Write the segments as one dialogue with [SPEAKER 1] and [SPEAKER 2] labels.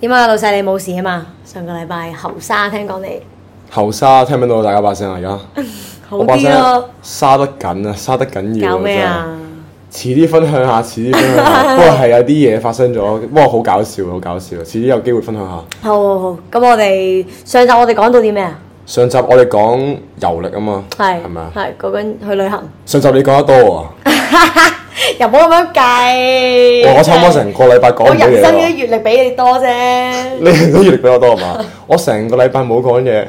[SPEAKER 1] 點啊，老細你冇事啊嘛？上個禮拜後沙聽講你
[SPEAKER 2] 後沙聽唔聽到大家把聲啊？而家
[SPEAKER 1] 好
[SPEAKER 2] 我把
[SPEAKER 1] 啲
[SPEAKER 2] 聲
[SPEAKER 1] 咯，
[SPEAKER 2] 沙得緊啊，沙得緊要
[SPEAKER 1] 搞
[SPEAKER 2] 啊！
[SPEAKER 1] 咩啊？
[SPEAKER 2] 真係遲啲分享下，遲啲分 享下。不過係有啲嘢發生咗，不過好搞笑，好搞笑。啊遲啲有機會分享下。
[SPEAKER 1] 好好好，咁我哋上集我哋講到啲咩啊？
[SPEAKER 2] 上集我哋講遊歷啊嘛，
[SPEAKER 1] 係
[SPEAKER 2] 係咪啊？
[SPEAKER 1] 係嗰陣去旅行，
[SPEAKER 2] 上集你講得多啊，
[SPEAKER 1] 又冇咁樣計。
[SPEAKER 2] 我差唔多成個禮拜講
[SPEAKER 1] 我
[SPEAKER 2] 唔到嘢
[SPEAKER 1] 人生啲
[SPEAKER 2] 喎。
[SPEAKER 1] 閲歷比你多啫。
[SPEAKER 2] 你都閱歷比我 多係嘛？我成個禮拜冇講嘢，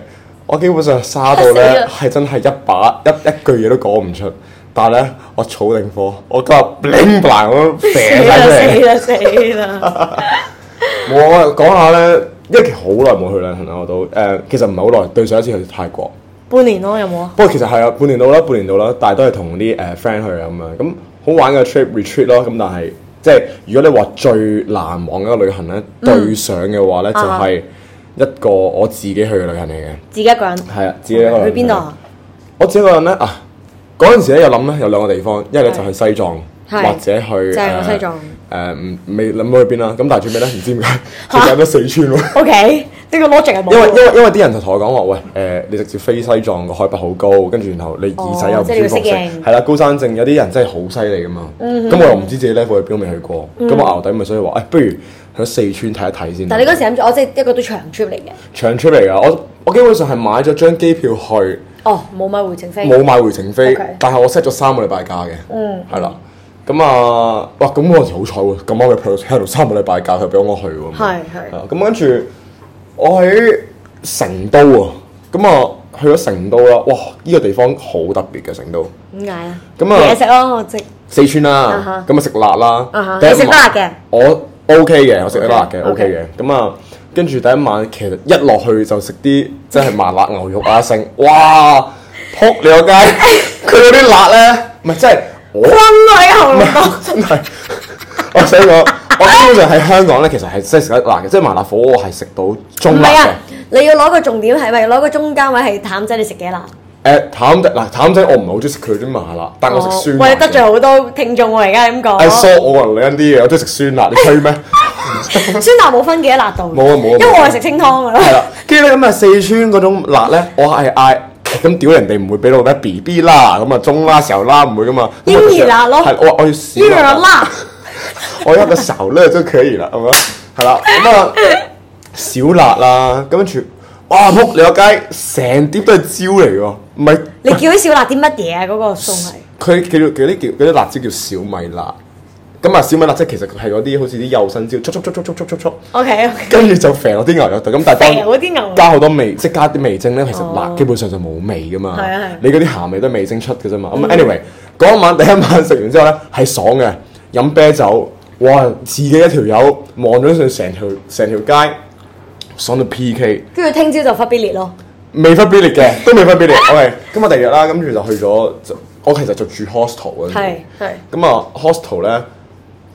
[SPEAKER 2] 我基本上沙 到
[SPEAKER 1] 死
[SPEAKER 2] 咧
[SPEAKER 1] 啦
[SPEAKER 2] 係真係一把一一句嘢都講唔出。但係咧，我儲定貨，我今日 bling bling 咁射
[SPEAKER 1] 死
[SPEAKER 2] 晒出嚟。
[SPEAKER 1] 啦死啦死 啦！
[SPEAKER 2] 我啊講下咧，因為其實好耐冇去旅行啦，啊我都誒、呃其實唔係好耐，對上一次去泰國。
[SPEAKER 1] 半年咯，有冇啊？
[SPEAKER 2] 不過其實係啊，半年到啦，半年到啦，但係都係同啲誒 friend 去啊咁樣，咁好玩嘅 trip retreat 咯。咁但係即係如果你話最難忘嘅一個旅行咧，對上嘅話咧就
[SPEAKER 1] 啊
[SPEAKER 2] 係一個我自己去嘅旅行嚟嘅，
[SPEAKER 1] 自己一個人去
[SPEAKER 2] 係啊，自己一個人
[SPEAKER 1] 邊度？啊？
[SPEAKER 2] 我自己一個人咧啊，嗰陣時咧有諗咧有兩個地方，一係咧就去西藏。
[SPEAKER 1] 係
[SPEAKER 2] 或者去誒
[SPEAKER 1] 就係我西藏
[SPEAKER 2] 誒唔未諗到去邊啦，咁但係最尾咧唔知點解， 最近都四川喎。
[SPEAKER 1] O K，呢個 logic 係冇
[SPEAKER 2] 因為
[SPEAKER 1] 喎。
[SPEAKER 2] 因為因為啲人就同我講話，喂，誒、你直接飛西藏個海拔好高，跟住然後你耳仔又
[SPEAKER 1] 哦
[SPEAKER 2] 唔
[SPEAKER 1] 即係你要
[SPEAKER 2] 舒服，
[SPEAKER 1] 適應嗯
[SPEAKER 2] 係啦，高山症有啲人真係好犀利噶嘛。咁我又唔知自己 level 去邊，未去過，咁我牛底咪所以話，誒、不如去四川睇一睇先。
[SPEAKER 1] 但係你嗰時諗住，我哦即係一個都長 trip 嚟嘅。
[SPEAKER 2] 長 trip 嚟㗎，我我基本上係買咗張機票去，
[SPEAKER 1] 哦，冇買回程飛。
[SPEAKER 2] 冇買回程飛
[SPEAKER 1] OK
[SPEAKER 2] 但係我 set 咗三個禮拜假嘅，
[SPEAKER 1] 嗯
[SPEAKER 2] 係啦。咁啊，哇！咁我好彩喎，咁啱嘅 p r o 喺度三個禮拜假，佢俾我去喎。
[SPEAKER 1] 係係
[SPEAKER 2] 係啊咁跟住我喺成都啊，咁啊去咗成都啦，哇！呢、個地方好特別嘅成都，
[SPEAKER 1] 點解啊？
[SPEAKER 2] 咁啊
[SPEAKER 1] 嘢食咯，我即
[SPEAKER 2] 四川
[SPEAKER 1] 啊
[SPEAKER 2] 啦
[SPEAKER 1] 哈，
[SPEAKER 2] 咁啊食辣啦
[SPEAKER 1] 啊哈，
[SPEAKER 2] 第一
[SPEAKER 1] 你食得辣
[SPEAKER 2] 晚
[SPEAKER 1] 嘅？
[SPEAKER 2] 我 OK 嘅，我食得辣嘅
[SPEAKER 1] OK，
[SPEAKER 2] OK 嘅，咁啊。跟住第一晚其實一落去就食啲即係麻辣牛肉啊，剩哇撲 你個街！佢嗰啲辣咧，唔係即係我
[SPEAKER 1] 崩喺啊喉嚨度。
[SPEAKER 2] 真係，我想講，我基本上喺香港咧，其實係真係食得辣嘅，即係麻辣火鍋我係食到中
[SPEAKER 1] 唔
[SPEAKER 2] 辣
[SPEAKER 1] 係
[SPEAKER 2] 嘅
[SPEAKER 1] 啊。，你要攞個重點係咪攞個中間位係淡仔你食幾辣？
[SPEAKER 2] 誒淡仔嗱淡仔我唔係好中意食佢啲麻辣，但我食酸
[SPEAKER 1] 哦
[SPEAKER 2] 辣嘅。
[SPEAKER 1] 喂，得罪好多聽眾喎，而家咁
[SPEAKER 2] 誒
[SPEAKER 1] 講。
[SPEAKER 2] 疏我個人女人啲嘢，我中意食酸辣，你吹咩？
[SPEAKER 1] 哦酸辣冇分幾多辣度。
[SPEAKER 2] 冇啊冇啊冇啊
[SPEAKER 1] 因為我係食清湯㗎
[SPEAKER 2] 係
[SPEAKER 1] 咯。
[SPEAKER 2] 啦，跟住咧咁啊四川嗰種辣咧，我係嗌。咁屌人哋唔會俾老咩 B B 啦，咁啊中啦、時候啦唔會噶嘛，咁我就
[SPEAKER 1] 嬰兒辣咯
[SPEAKER 2] 係我我要小
[SPEAKER 1] 呢個辣，
[SPEAKER 2] 我有個手咧就可以啦，係咪？係啦，咁啊小辣啦，咁跟住哇撲你個街，成碟都係椒嚟喎，唔係
[SPEAKER 1] 你叫啲小辣啲乜嘢啊？嗰個餸係。
[SPEAKER 2] 佢叫佢啲叫嗰啲辣椒叫小米辣，咁啊小米辣即係其實係嗰啲好似啲幼身椒，速速速速速速速速，
[SPEAKER 1] O K O K。
[SPEAKER 2] 跟住就肥落啲牛肉度，咁但係當
[SPEAKER 1] 肥落啲牛肉
[SPEAKER 2] 加好多味，即係加啲味精咧，其實辣
[SPEAKER 1] 哦
[SPEAKER 2] 基本上就冇味噶嘛，
[SPEAKER 1] 係啊係嗯
[SPEAKER 2] 你嗰啲鹹味都係味精出嘅啫嘛，咁 anyway 嗰一晚第一晚食完之後咧係爽嘅，飲啤酒，哇自己一條友望咗上成條成條街，爽到 PK。
[SPEAKER 1] 跟住聽朝就忽必烈咯。
[SPEAKER 2] 未分別裂嘅，都未分別裂。OK，咁我第二日啦，跟住就去咗，就我其實就住 hostel 嗰陣時
[SPEAKER 1] 係係
[SPEAKER 2] 咁啊，hostel 咧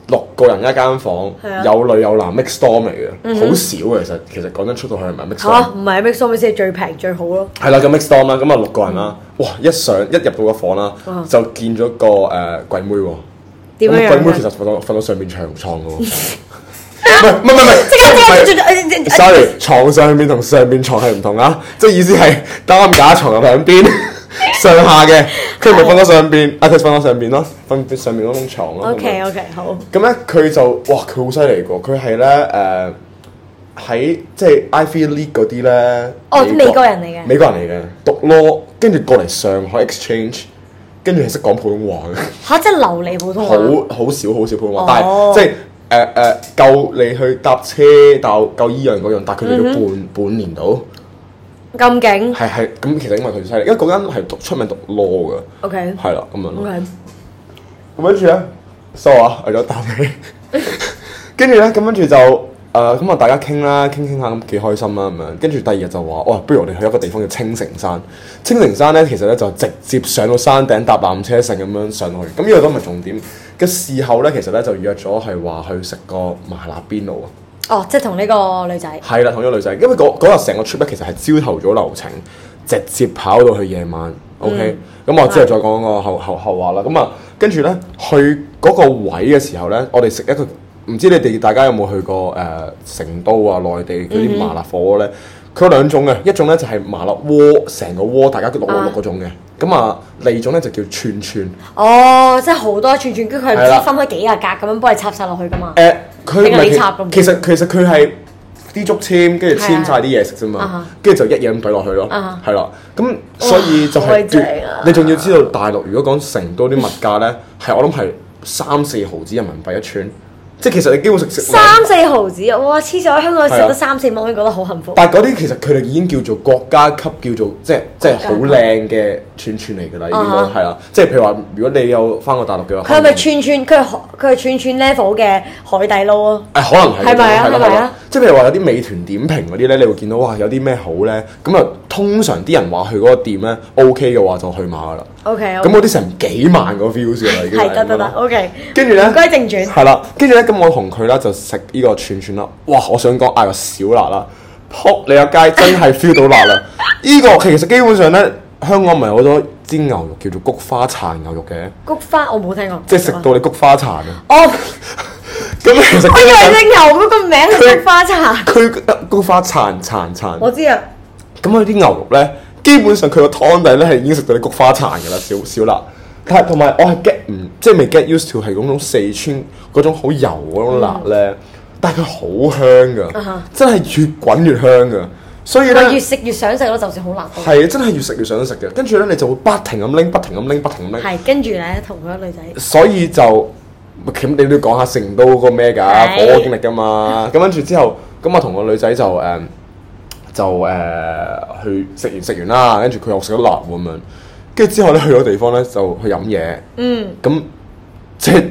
[SPEAKER 2] 六個人一間房
[SPEAKER 1] 係啊，嗯
[SPEAKER 2] 有女有男，mix dorm 嚟嘅，好少嘅其實。其實講真，出到去係咪 mix
[SPEAKER 1] 嚇
[SPEAKER 2] dorm？，啊
[SPEAKER 1] 唔係 m i x o 先係最平最好咯。
[SPEAKER 2] 係啦，咁 mix dorm 啦，咁啊六個人啦，哇！一上一入到個房啦
[SPEAKER 1] 嗯哇，
[SPEAKER 2] 就見咗個誒鬼妹喎。
[SPEAKER 1] 點樣
[SPEAKER 2] 咁
[SPEAKER 1] 樣
[SPEAKER 2] 鬼妹
[SPEAKER 1] 啊
[SPEAKER 2] 其實瞓到瞓到上面長床 嘅喎。
[SPEAKER 1] 即刻即刻即刻
[SPEAKER 2] 唔係唔係唔係，唔係
[SPEAKER 1] 即刻即刻
[SPEAKER 2] sorry，床上面同上面床係唔同啊，即係意思係擔架床係兩邊 上下嘅，佢咪瞓咗上邊，啊佢瞓咗上邊咯，瞓上面嗰張床咯。咁樣
[SPEAKER 1] OK OK 好。
[SPEAKER 2] 咁咧佢就哇佢好犀利㗎，佢係咧誒喺即係 Ivy League 嗰啲咧，
[SPEAKER 1] 哦美國人嚟嘅
[SPEAKER 2] 美國人嚟嘅讀 law，跟住過嚟上海 exchange，跟住係識講普通 話嘅。
[SPEAKER 1] 嚇，即係流利普通話。
[SPEAKER 2] 好好少好少普通話，但
[SPEAKER 1] 哦
[SPEAKER 2] 係即係誒誒夠你去搭車，夠夠依樣嗰樣，但係佢
[SPEAKER 1] 嗯
[SPEAKER 2] 哋要半半年到，
[SPEAKER 1] 咁勁。
[SPEAKER 2] 係係咁其實因為佢哋犀利，因為嗰間係讀出名讀 law 嘅，
[SPEAKER 1] O K。
[SPEAKER 2] 係啦咁樣
[SPEAKER 1] O
[SPEAKER 2] 咯。
[SPEAKER 1] K。
[SPEAKER 2] 咁跟住咧，sorry 啊，為咗答你， 跟住咧咁跟住就誒咁啊，大家傾啦，傾傾下咁幾開心啦咁樣。跟住第二日就話，哇，不如我哋去一個地方叫青城山。青城山咧其實咧就直接上到山頂搭纜車成咁樣上去。咁呢個都唔係重點。嘅事後咧，其實咧就約咗係話去食個麻辣邊爐啊。
[SPEAKER 1] 哦，即係同呢個女仔。
[SPEAKER 2] 係啦，同咗女仔，因為嗰嗰日成個 trip 咧，其實係朝頭早流程，直接跑到去夜晚。OK，咁、
[SPEAKER 1] 嗯
[SPEAKER 2] 我之後再講個後後後話啦。咁啊，跟住咧去嗰個位嘅時候咧，我哋食一個唔知你哋大家有冇去過誒、呃成都啊、內地嗰
[SPEAKER 1] 嗯
[SPEAKER 2] 啲麻辣火鍋咧？佢有兩種嘅，一種咧就係麻辣鍋，成個鍋大家碌落
[SPEAKER 1] 啊
[SPEAKER 2] 碌嗰種嘅。咁啊，另一種咧就叫串串。
[SPEAKER 1] 哦，即係好多串串，跟住佢唔
[SPEAKER 2] 係啦
[SPEAKER 1] 知分開幾廿格咁樣幫你插晒落去噶嘛。
[SPEAKER 2] 誒，呃佢
[SPEAKER 1] 定係你
[SPEAKER 2] 其
[SPEAKER 1] 插㗎
[SPEAKER 2] 其實其實佢係啲竹籤，跟住
[SPEAKER 1] 係啊
[SPEAKER 2] 籤晒啲嘢食啫
[SPEAKER 1] 啊
[SPEAKER 2] 嘛
[SPEAKER 1] 哈，
[SPEAKER 2] 跟住就一嘢咁懟落去咯
[SPEAKER 1] 啊哈，
[SPEAKER 2] 係啦。咁所以就
[SPEAKER 1] 好鬼
[SPEAKER 2] 係
[SPEAKER 1] 正
[SPEAKER 2] 奪
[SPEAKER 1] 啊
[SPEAKER 2] 你仲要知道大陸如果講成都啲物價咧，係我諗係三四毫子人民幣一串，即係其實你幾乎食食兩
[SPEAKER 1] 三四毫子啊！哇，黐線！我喺香港食
[SPEAKER 2] 係啊
[SPEAKER 1] 得三四蚊，已經覺得好幸福。
[SPEAKER 2] 但係嗰啲其實佢哋已經叫做國家級，叫做即係即係好靚嘅串串嚟㗎啦，已經
[SPEAKER 1] 啊
[SPEAKER 2] 都係啦。即係譬如話，如果你有翻過大陸嘅話，
[SPEAKER 1] 佢係咪串串？佢係海佢係串串 level 嘅海底撈啊！
[SPEAKER 2] 誒可能係
[SPEAKER 1] 係咪啊
[SPEAKER 2] 係啦
[SPEAKER 1] 係咪啊
[SPEAKER 2] 係啦即係譬如話有啲美團點評嗰啲咧，你會見到哇有啲咩好咧，咁啊通常啲人話去嗰個店咧 OK 嘅話就去買㗎啦。
[SPEAKER 1] OK，
[SPEAKER 2] 咁嗰啲成幾萬個 views 㗎啦，已經
[SPEAKER 1] 係得得得
[SPEAKER 2] 咁樣
[SPEAKER 1] ，OK。
[SPEAKER 2] 跟住咧，
[SPEAKER 1] 唔該正傳
[SPEAKER 2] 係啦，跟住咧，咁我同佢咧就食呢個串串啦。哇！我想講嗌個小辣啦，撲你個街真係 feel 到 辣啦！呢個其實基本上咧，香港唔係好多煎牛肉叫做菊花殘牛肉嘅，
[SPEAKER 1] 菊花我冇聽過。
[SPEAKER 2] 即係食到你菊花殘啊！
[SPEAKER 1] 哦，
[SPEAKER 2] 咁其實
[SPEAKER 1] 我以為隻牛嗰個名係
[SPEAKER 2] 佢
[SPEAKER 1] 菊花茶。
[SPEAKER 2] 佢呃菊花殘殘殘，
[SPEAKER 1] 我知啊，
[SPEAKER 2] 咁佢啲牛肉咧，基本上佢個湯底咧係已經食到你菊花殘㗎啦，少少辣。但係同埋我係 get 唔即係未 get used to 係嗰種四川嗰種好油嗰種辣咧，但係佢好香㗎
[SPEAKER 1] 嗯啊哈
[SPEAKER 2] 真係越滾越香㗎。所以咧
[SPEAKER 1] 我越食越想食咯，就算好辣都。
[SPEAKER 2] 係啊真係越食越想食嘅。跟住咧你就會不停咁拎，不停咁拎，不停咁拎。
[SPEAKER 1] 係，跟住咧同嗰個女仔。
[SPEAKER 2] 所以就咁你都要講下成都個咩㗎
[SPEAKER 1] 係
[SPEAKER 2] 火鍋經歷㗎 嘛。咁跟住之後，咁我同個女仔就誒、就誒、去食完食完啦，跟住佢又食咗辣喎咁樣。跟住之後咧去咗地方咧就去飲嘢，
[SPEAKER 1] 嗯，
[SPEAKER 2] 咁即係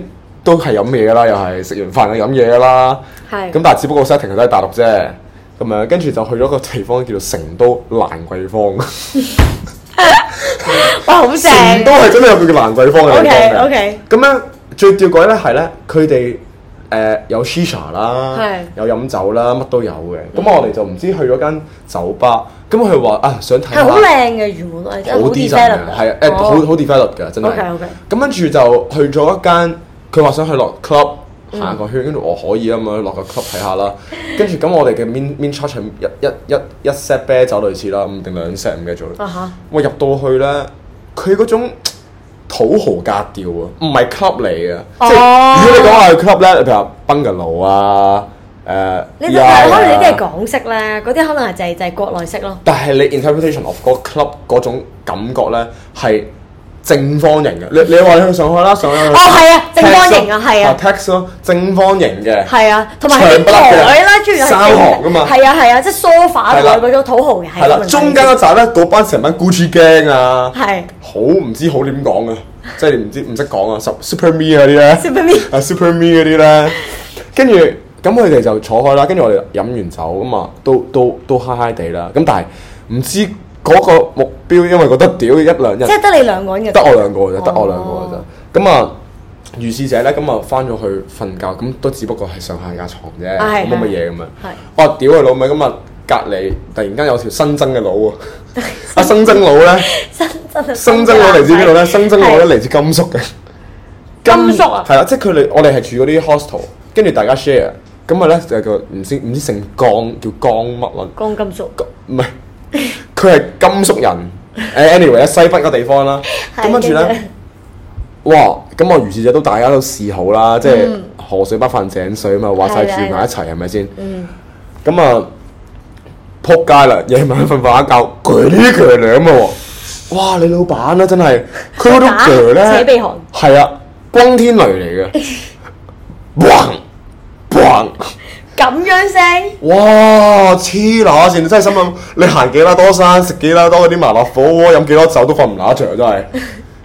[SPEAKER 2] 都係飲嘢㗎啦，又係食完飯就飲嘢㗎啦。
[SPEAKER 1] 係。
[SPEAKER 2] 咁但係只不過 setting 佢都喺大陸啫，咁樣跟住就去咗個地方叫做成都蘭桂坊。
[SPEAKER 1] 哇，好正。
[SPEAKER 2] 成都係真係有佢嘅蘭桂坊嘅地方嘅
[SPEAKER 1] OK，OK
[SPEAKER 2] 咁樣最吊詭咧係咧，佢哋誒有 shisha 啦
[SPEAKER 1] 係，
[SPEAKER 2] 有飲酒啦，乜都有嘅。咁我哋就唔知去咗間酒吧，咁佢話啊想睇
[SPEAKER 1] 係
[SPEAKER 2] 下
[SPEAKER 1] 好靚嘅原本，我係真係
[SPEAKER 2] 好
[SPEAKER 1] 好
[SPEAKER 2] design
[SPEAKER 1] develop
[SPEAKER 2] 嘅，
[SPEAKER 1] 㗎。
[SPEAKER 2] 係啊誒好
[SPEAKER 1] 哦
[SPEAKER 2] 好 develop 嘅真係。
[SPEAKER 1] OK，OK
[SPEAKER 2] 咁跟住就去咗一間，佢話想去落 club 行個圈，跟住我可以啊嘛，落個 club 睇下啦。 跟住咁我哋嘅 min min charge 係一一一一 set 啤酒類似啦，唔定兩 set 唔記得咗啦。
[SPEAKER 1] 啊哈！
[SPEAKER 2] 我入到去咧，佢嗰種嗯土豪格調啊，唔係 club 嚟嘅。即
[SPEAKER 1] 哦
[SPEAKER 2] 係如果你講話去 club 咧，譬如話 bungalow 啊，誒，
[SPEAKER 1] 你
[SPEAKER 2] EI 啊
[SPEAKER 1] 但係可能呢啲係港式咧，嗰啲可能係就係就係國內式咯。
[SPEAKER 2] 但係你 interpretation of 嗰個 club 嗰種感覺咧係正方形嘅。你你話你去上海啦，上海
[SPEAKER 1] 哦，係啊，正方形啊，係啊。
[SPEAKER 2] ，text 咯，正方形嘅。
[SPEAKER 1] 係啊，同埋係啲
[SPEAKER 2] 哦長不甩嘅
[SPEAKER 1] 台啦，仲要係
[SPEAKER 2] 三
[SPEAKER 1] 正
[SPEAKER 2] 行㗎嘛
[SPEAKER 1] 係啊係啊，即係 sofa
[SPEAKER 2] 係啦
[SPEAKER 1] 台嗰種土豪嘅，
[SPEAKER 2] 係啦，中間嗰集咧，嗰班成班 Gucci gang 啊，
[SPEAKER 1] 係
[SPEAKER 2] 好唔知好點講啊，即係唔知唔識講啊，sup-，Super Me 嗰啲咧
[SPEAKER 1] Super Me
[SPEAKER 2] 啊 Super Me 嗰啲咧，跟住咁佢哋就坐開啦，跟住我哋飲完酒啊嘛，都都都嗨嗨地啦，咁但係唔知嗰個目標，因為覺得屌一兩日
[SPEAKER 1] 即係得你兩個人嘅，
[SPEAKER 2] 得 我兩個嘅啫，得我兩
[SPEAKER 1] 哦
[SPEAKER 2] 個嘅啫，咁啊。如是者咧，咁啊翻咗去瞓覺，咁都只不過係上下架床啫，
[SPEAKER 1] 啊係
[SPEAKER 2] 冇乜
[SPEAKER 1] 係
[SPEAKER 2] 嘢咁樣。
[SPEAKER 1] 係
[SPEAKER 2] 我話屌佢老味，咁啊隔離突然間有條新增嘅佬 喎，阿新增佬咧，
[SPEAKER 1] 真真啊係
[SPEAKER 2] 新增佬嚟自邊度咧？啊新增佬咧嚟自甘肅嘅，
[SPEAKER 1] 甘肅啊
[SPEAKER 2] 係啦，即係佢哋我哋係住嗰啲 hostel，跟住大家 share，咁啊咧就係個唔知唔知姓江叫江乜啦，
[SPEAKER 1] 鋼金屬，
[SPEAKER 2] 唔係，佢係甘肅人。誒，anyway 喺西北個地方啦，咁跟住咧。哇！咁我如是者都大家都示好啦，即係河水不犯井水啊嘛，話晒
[SPEAKER 1] 嗯係
[SPEAKER 2] 住
[SPEAKER 1] 啦係
[SPEAKER 2] 埋
[SPEAKER 1] 啦嗯
[SPEAKER 2] 一齊係咪先？咁啊，撲街啦！夜晚瞓瞓一覺，攰呢攰兩喎。哇！你老闆啊啦，真係佢嗰種
[SPEAKER 1] 打
[SPEAKER 2] 鋸咧，
[SPEAKER 1] 扯鼻鼾
[SPEAKER 2] 係啊，光天雷 嚟嘅，砰砰！
[SPEAKER 1] 咁樣聲，
[SPEAKER 2] 哇！黐乸線，真係心諗你行幾多多山，食幾多多嗰啲麻辣火鍋，飲幾多酒都瞓唔乸着，真係。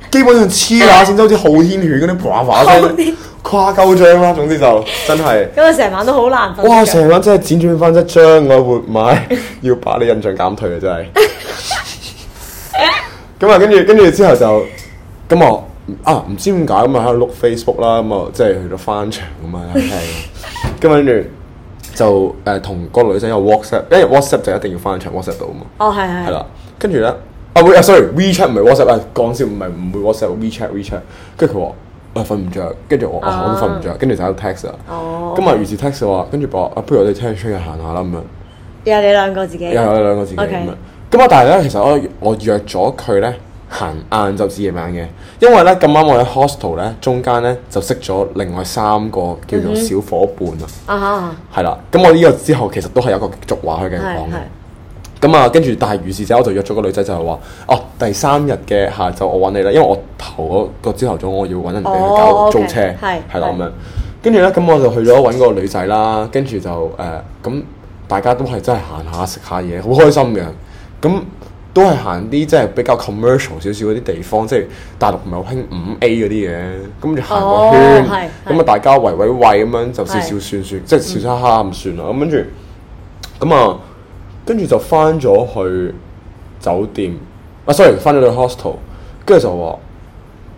[SPEAKER 2] 基本上黐乸線，即係好似昊天犬嗰啲啪啪
[SPEAKER 1] 昊
[SPEAKER 2] 聲
[SPEAKER 1] 天，
[SPEAKER 2] 誇鳩張啦。總之就真係，
[SPEAKER 1] 咁啊成晚都好難瞓著。
[SPEAKER 2] 哇！成晚真係輾轉翻一張，我活埋，要把你印象減退啊！真係。咁啊，跟住跟住之後就咁我啊，唔知點解咁啊喺度碌 Facebook 啦，咁啊即係去咗翻牆咁啊，係咁跟住就誒同個女仔有 WhatsApp，因為 WhatsApp 就一定要翻牆 WhatsApp 到啊嘛，
[SPEAKER 1] 哦係係
[SPEAKER 2] 係
[SPEAKER 1] 係
[SPEAKER 2] 啦，跟住咧啊會啊，sorry WeChat 唔係 WhatsApp 啊，講笑唔係唔會 WhatsApp WeChat WeChat，跟住佢話誒喂瞓唔着，跟住我啊我都瞓唔着，跟住就喺度 text 啊。
[SPEAKER 1] 哦
[SPEAKER 2] 咁啊，於是 text 我話，跟住我話啊，不如我哋聽日出去行下啦咁樣。
[SPEAKER 1] 又你兩個自己，
[SPEAKER 2] 又有兩個自己咁
[SPEAKER 1] OK
[SPEAKER 2] 樣。咁啊，但係咧，其實我我約咗佢咧行晏晝至夜晚嘅，因為咧咁啱我喺 hostel 咧中間咧就識咗另外三個叫
[SPEAKER 1] 嗯
[SPEAKER 2] 做小伙伴啊，
[SPEAKER 1] 啊哈，
[SPEAKER 2] 係啦。咁我呢個之後其實都係有一個俗話去嘅
[SPEAKER 1] 係
[SPEAKER 2] 講嘅
[SPEAKER 1] 係。
[SPEAKER 2] 咁啊，跟住但係如是者我就約咗個女仔就係話，哦，第三日嘅下晝我揾你啦，因為我頭嗰個朝頭早我要揾人俾佢
[SPEAKER 1] 哦
[SPEAKER 2] 搞
[SPEAKER 1] OK，
[SPEAKER 2] 租車，
[SPEAKER 1] 係
[SPEAKER 2] 係啦
[SPEAKER 1] 係
[SPEAKER 2] 咁樣。跟住咧，咁我就去咗揾個女仔啦，跟住就誒呃咁、大家都係真係行下食下嘢，好開心嘅。咁都係行啲即係比較 commercial 少少嗰啲地方，即係大陸唔係好興五 A 嗰啲嘅，咁就行個圈，
[SPEAKER 1] 哦係係
[SPEAKER 2] 咁啊大家圍圍圍咁樣就笑
[SPEAKER 1] 係
[SPEAKER 2] 笑算算，即係笑哈哈咁算啦。咁跟住咁啊，跟住就翻咗去酒店，啊 sorry，翻咗去 hostel，跟住就話。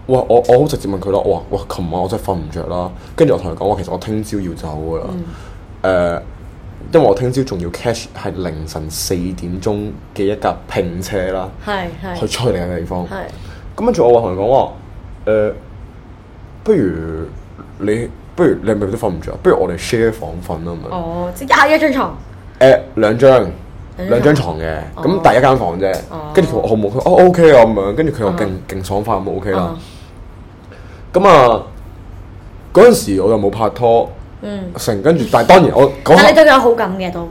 [SPEAKER 2] 哇！我我好直接問佢咯，我話：哇，琴晚我真係瞓唔着啦。跟住我同佢講話，其實我聽朝要走噶啦。誒、
[SPEAKER 1] 嗯
[SPEAKER 2] 因為我聽朝仲要 catch 係凌晨四點鐘嘅一架拼車啦，
[SPEAKER 1] 係
[SPEAKER 2] 去
[SPEAKER 1] 係
[SPEAKER 2] 出去另一個地方。
[SPEAKER 1] 係
[SPEAKER 2] 咁跟住我話同佢講話：誒、不如你不如你係咪都瞓唔着？不如我哋 share 房瞓啦咁樣。
[SPEAKER 1] 哦，即係一張床，
[SPEAKER 2] 誒兩張兩
[SPEAKER 1] 兩
[SPEAKER 2] 張
[SPEAKER 1] 張
[SPEAKER 2] 床嘅，咁但係一間房啫
[SPEAKER 1] 哦。
[SPEAKER 2] 跟住佢話我冇，佢哦 OK 啊咁樣，跟住佢又勁勁爽快咁啊 OK 啦
[SPEAKER 1] 哦。
[SPEAKER 2] 咁啊，嗰陣時我又冇拍拖，
[SPEAKER 1] 嗯，
[SPEAKER 2] 成跟住，但係當然我講
[SPEAKER 1] 但你
[SPEAKER 2] 下
[SPEAKER 1] 對佢有好感嘅都，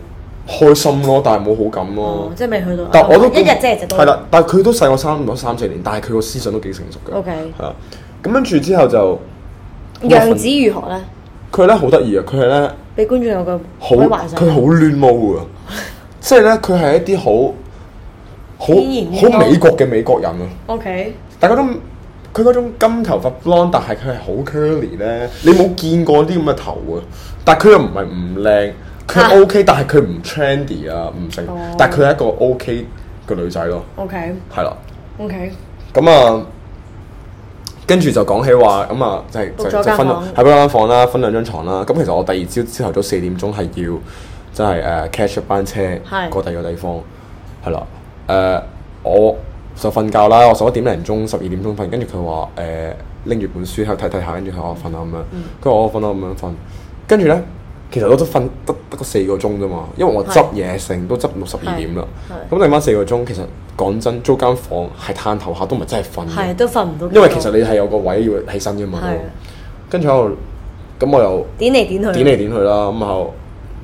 [SPEAKER 2] 開心咯，但係冇好感咯
[SPEAKER 1] 哦，。即係未去到，
[SPEAKER 2] 但我都
[SPEAKER 1] 一日啫，就到，
[SPEAKER 2] 係啦，但係佢都細我三唔三四年，但係佢個思想都幾成熟嘅。
[SPEAKER 1] OK
[SPEAKER 2] 係啊，咁跟住之後就
[SPEAKER 1] 樣子如何咧？
[SPEAKER 2] 佢咧好得意啊，佢係咧。
[SPEAKER 1] 俾觀眾有個
[SPEAKER 2] 好，
[SPEAKER 1] 可以幻想
[SPEAKER 2] 佢好亂毛啊！即係咧，佢係一啲好好
[SPEAKER 1] 天然嘅
[SPEAKER 2] 好美國嘅美國人啊！
[SPEAKER 1] ，OK，
[SPEAKER 2] 但係嗰種佢嗰種金頭髮 blonde，但係佢係好 curly 咧，你冇見過啲咁嘅頭啊！但係佢又唔係唔靚，
[SPEAKER 1] 啊
[SPEAKER 2] 佢 OK，但係佢唔 trendy 啊，唔成
[SPEAKER 1] 哦，
[SPEAKER 2] 但係佢係一個 OK 嘅女仔咯，
[SPEAKER 1] OK，
[SPEAKER 2] 係啦，
[SPEAKER 1] OK，
[SPEAKER 2] 咁啊。跟住就講起話咁啊，就係就
[SPEAKER 1] book
[SPEAKER 2] 就
[SPEAKER 1] 咗間
[SPEAKER 2] 分
[SPEAKER 1] 房
[SPEAKER 2] 喺邊間房啦，分兩張床啦。咁其實我第二朝朝頭早四點鐘係要真係誒 catch 一班車
[SPEAKER 1] 係
[SPEAKER 2] 過第二個地方，係啦。誒、我就瞓覺啦，我十一點零鐘、十二點鐘瞓，跟住佢話誒拎住本書喺度睇睇下，跟住佢話我瞓啦咁樣，
[SPEAKER 1] 嗯
[SPEAKER 2] 跟住我瞓啦咁樣瞓，跟住咧其實我都瞓得得個四個鐘啫嘛，因為我執嘢成都執到十二點啦。
[SPEAKER 1] 係
[SPEAKER 2] 咁另翻四個鐘，其實講真租間房係探頭下都唔係真係瞓嘅
[SPEAKER 1] 係。都瞓唔到覺，
[SPEAKER 2] 因為其實你係有個位要起身嘅嘛
[SPEAKER 1] 係，
[SPEAKER 2] 跟住喺度，咁我又
[SPEAKER 1] 點嚟點去，
[SPEAKER 2] 點嚟點去啦，咁後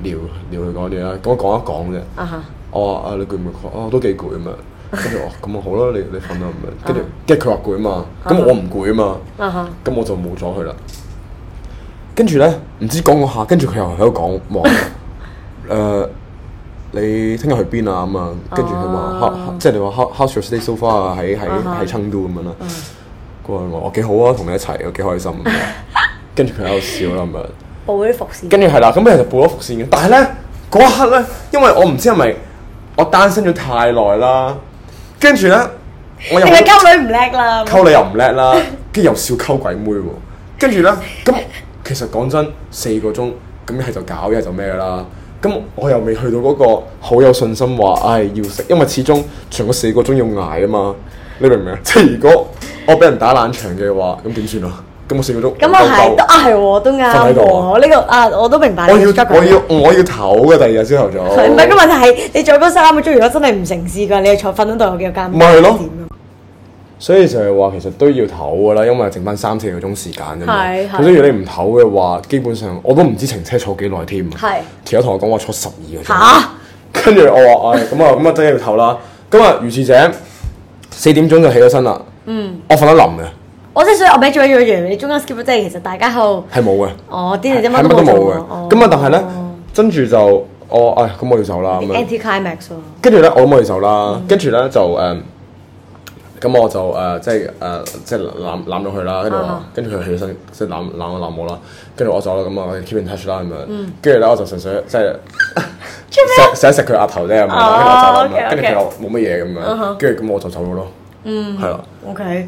[SPEAKER 2] 聊聊佢講嘢啦，咁我講一講啫。
[SPEAKER 1] 啊哈，
[SPEAKER 2] 我話啊，你攰唔攰？我都幾攰咁樣。跟住我咁啊好啦，你你瞓啦咁樣。跟住跟住佢話攰啊嘛，咁我唔攰啊嘛，
[SPEAKER 1] 啊哈，
[SPEAKER 2] 咁我就冇咗佢啦。跟住咧，唔知講講下，跟住佢又喺度講話 誒。你聽日去邊啊？咁啊，跟住佢話
[SPEAKER 1] 哦
[SPEAKER 2] how- how- 即係你話 how how's your stay so far 啊？喺喺
[SPEAKER 1] 啊哈嗯
[SPEAKER 2] 喺成都咁樣啦。佢話我幾好啊，同你一齊，我幾開心 咁樣。跟住佢喺度笑啦咁樣。
[SPEAKER 1] 報嗰啲伏線，
[SPEAKER 2] 跟住係啦，咁佢就報咗伏線嘅。但係咧嗰一刻咧，因為我唔知係咪我單身咗太耐啦，跟住咧我又
[SPEAKER 1] 定係溝女唔叻啦，
[SPEAKER 2] 溝你又唔叻啦，跟住又笑溝鬼妹喎。跟住咧，咁其實講真，四個鐘咁一係就搞，一係就咩啦。咁我又未去到嗰個好有信心話，唉要食，因為始終長嗰四個鐘要捱啊嘛。你明唔明啊？ 即係如果我俾人打冷場嘅話，咁點算啊？咁我四個鐘
[SPEAKER 1] 咁啊
[SPEAKER 2] 戇鳩
[SPEAKER 1] 係，都啊係喎，都啱
[SPEAKER 2] 瞓喺度
[SPEAKER 1] 喎，呢個啊我都明白你
[SPEAKER 2] 我
[SPEAKER 1] 嘅
[SPEAKER 2] 要
[SPEAKER 1] struggle。
[SPEAKER 2] 我要我要唞嘅第二日朝頭早。
[SPEAKER 1] 係唔係個問題係你做嗰三個鐘，如果真係唔成事㗎，你係坐瞓喺度有幾有監
[SPEAKER 2] 咪係咯所以就係話其實都要唞噶啦，因為剩翻三四個鐘時間啫嘛。
[SPEAKER 1] 係係
[SPEAKER 2] 咁所以如果你唔唞嘅話，基本上我都唔知停車坐幾耐添。
[SPEAKER 1] 係
[SPEAKER 2] 條友同我講話坐十二個鐘。
[SPEAKER 1] 嚇
[SPEAKER 2] 跟住我話：唉、咁啊，咁啊，真係要唞啦。咁啊，如是者四點鐘就起咗身啦。嗯，我瞓得冧嘅，
[SPEAKER 1] 我即係所以我咪做一樣嘢，你中間 skip 咗，即係其實大家喺度，
[SPEAKER 2] 係冇嘅，
[SPEAKER 1] 哦啲
[SPEAKER 2] 係
[SPEAKER 1] 你
[SPEAKER 2] 係
[SPEAKER 1] 啫乜
[SPEAKER 2] 乜都冇
[SPEAKER 1] 做
[SPEAKER 2] 嘅。
[SPEAKER 1] 哦
[SPEAKER 2] 咁啊，但係咧，跟住就我唉，咁我要走啦咁
[SPEAKER 1] 啲
[SPEAKER 2] 樣。
[SPEAKER 1] anti climax 喎，
[SPEAKER 2] 跟住咧，我咁我哋就啦，跟住咧就誒，咁我就誒即係誒即係攬攬咗佢啦，跟住我
[SPEAKER 1] 啊
[SPEAKER 2] 跟住佢起身即係攬攬我攬我啦，跟住我走啦，咁啊 keep in touch 啦咁
[SPEAKER 1] 嗯
[SPEAKER 2] 樣，跟住咧我就純粹即係 錫錫一錫佢額頭啫咁樣啦，
[SPEAKER 1] 哦
[SPEAKER 2] 跟住我走啦咁樣，
[SPEAKER 1] OK，OK 啊
[SPEAKER 2] 跟住佢又冇乜嘢咁樣，跟住咁我就走咗咯，
[SPEAKER 1] 嗯
[SPEAKER 2] 係啦，
[SPEAKER 1] OK，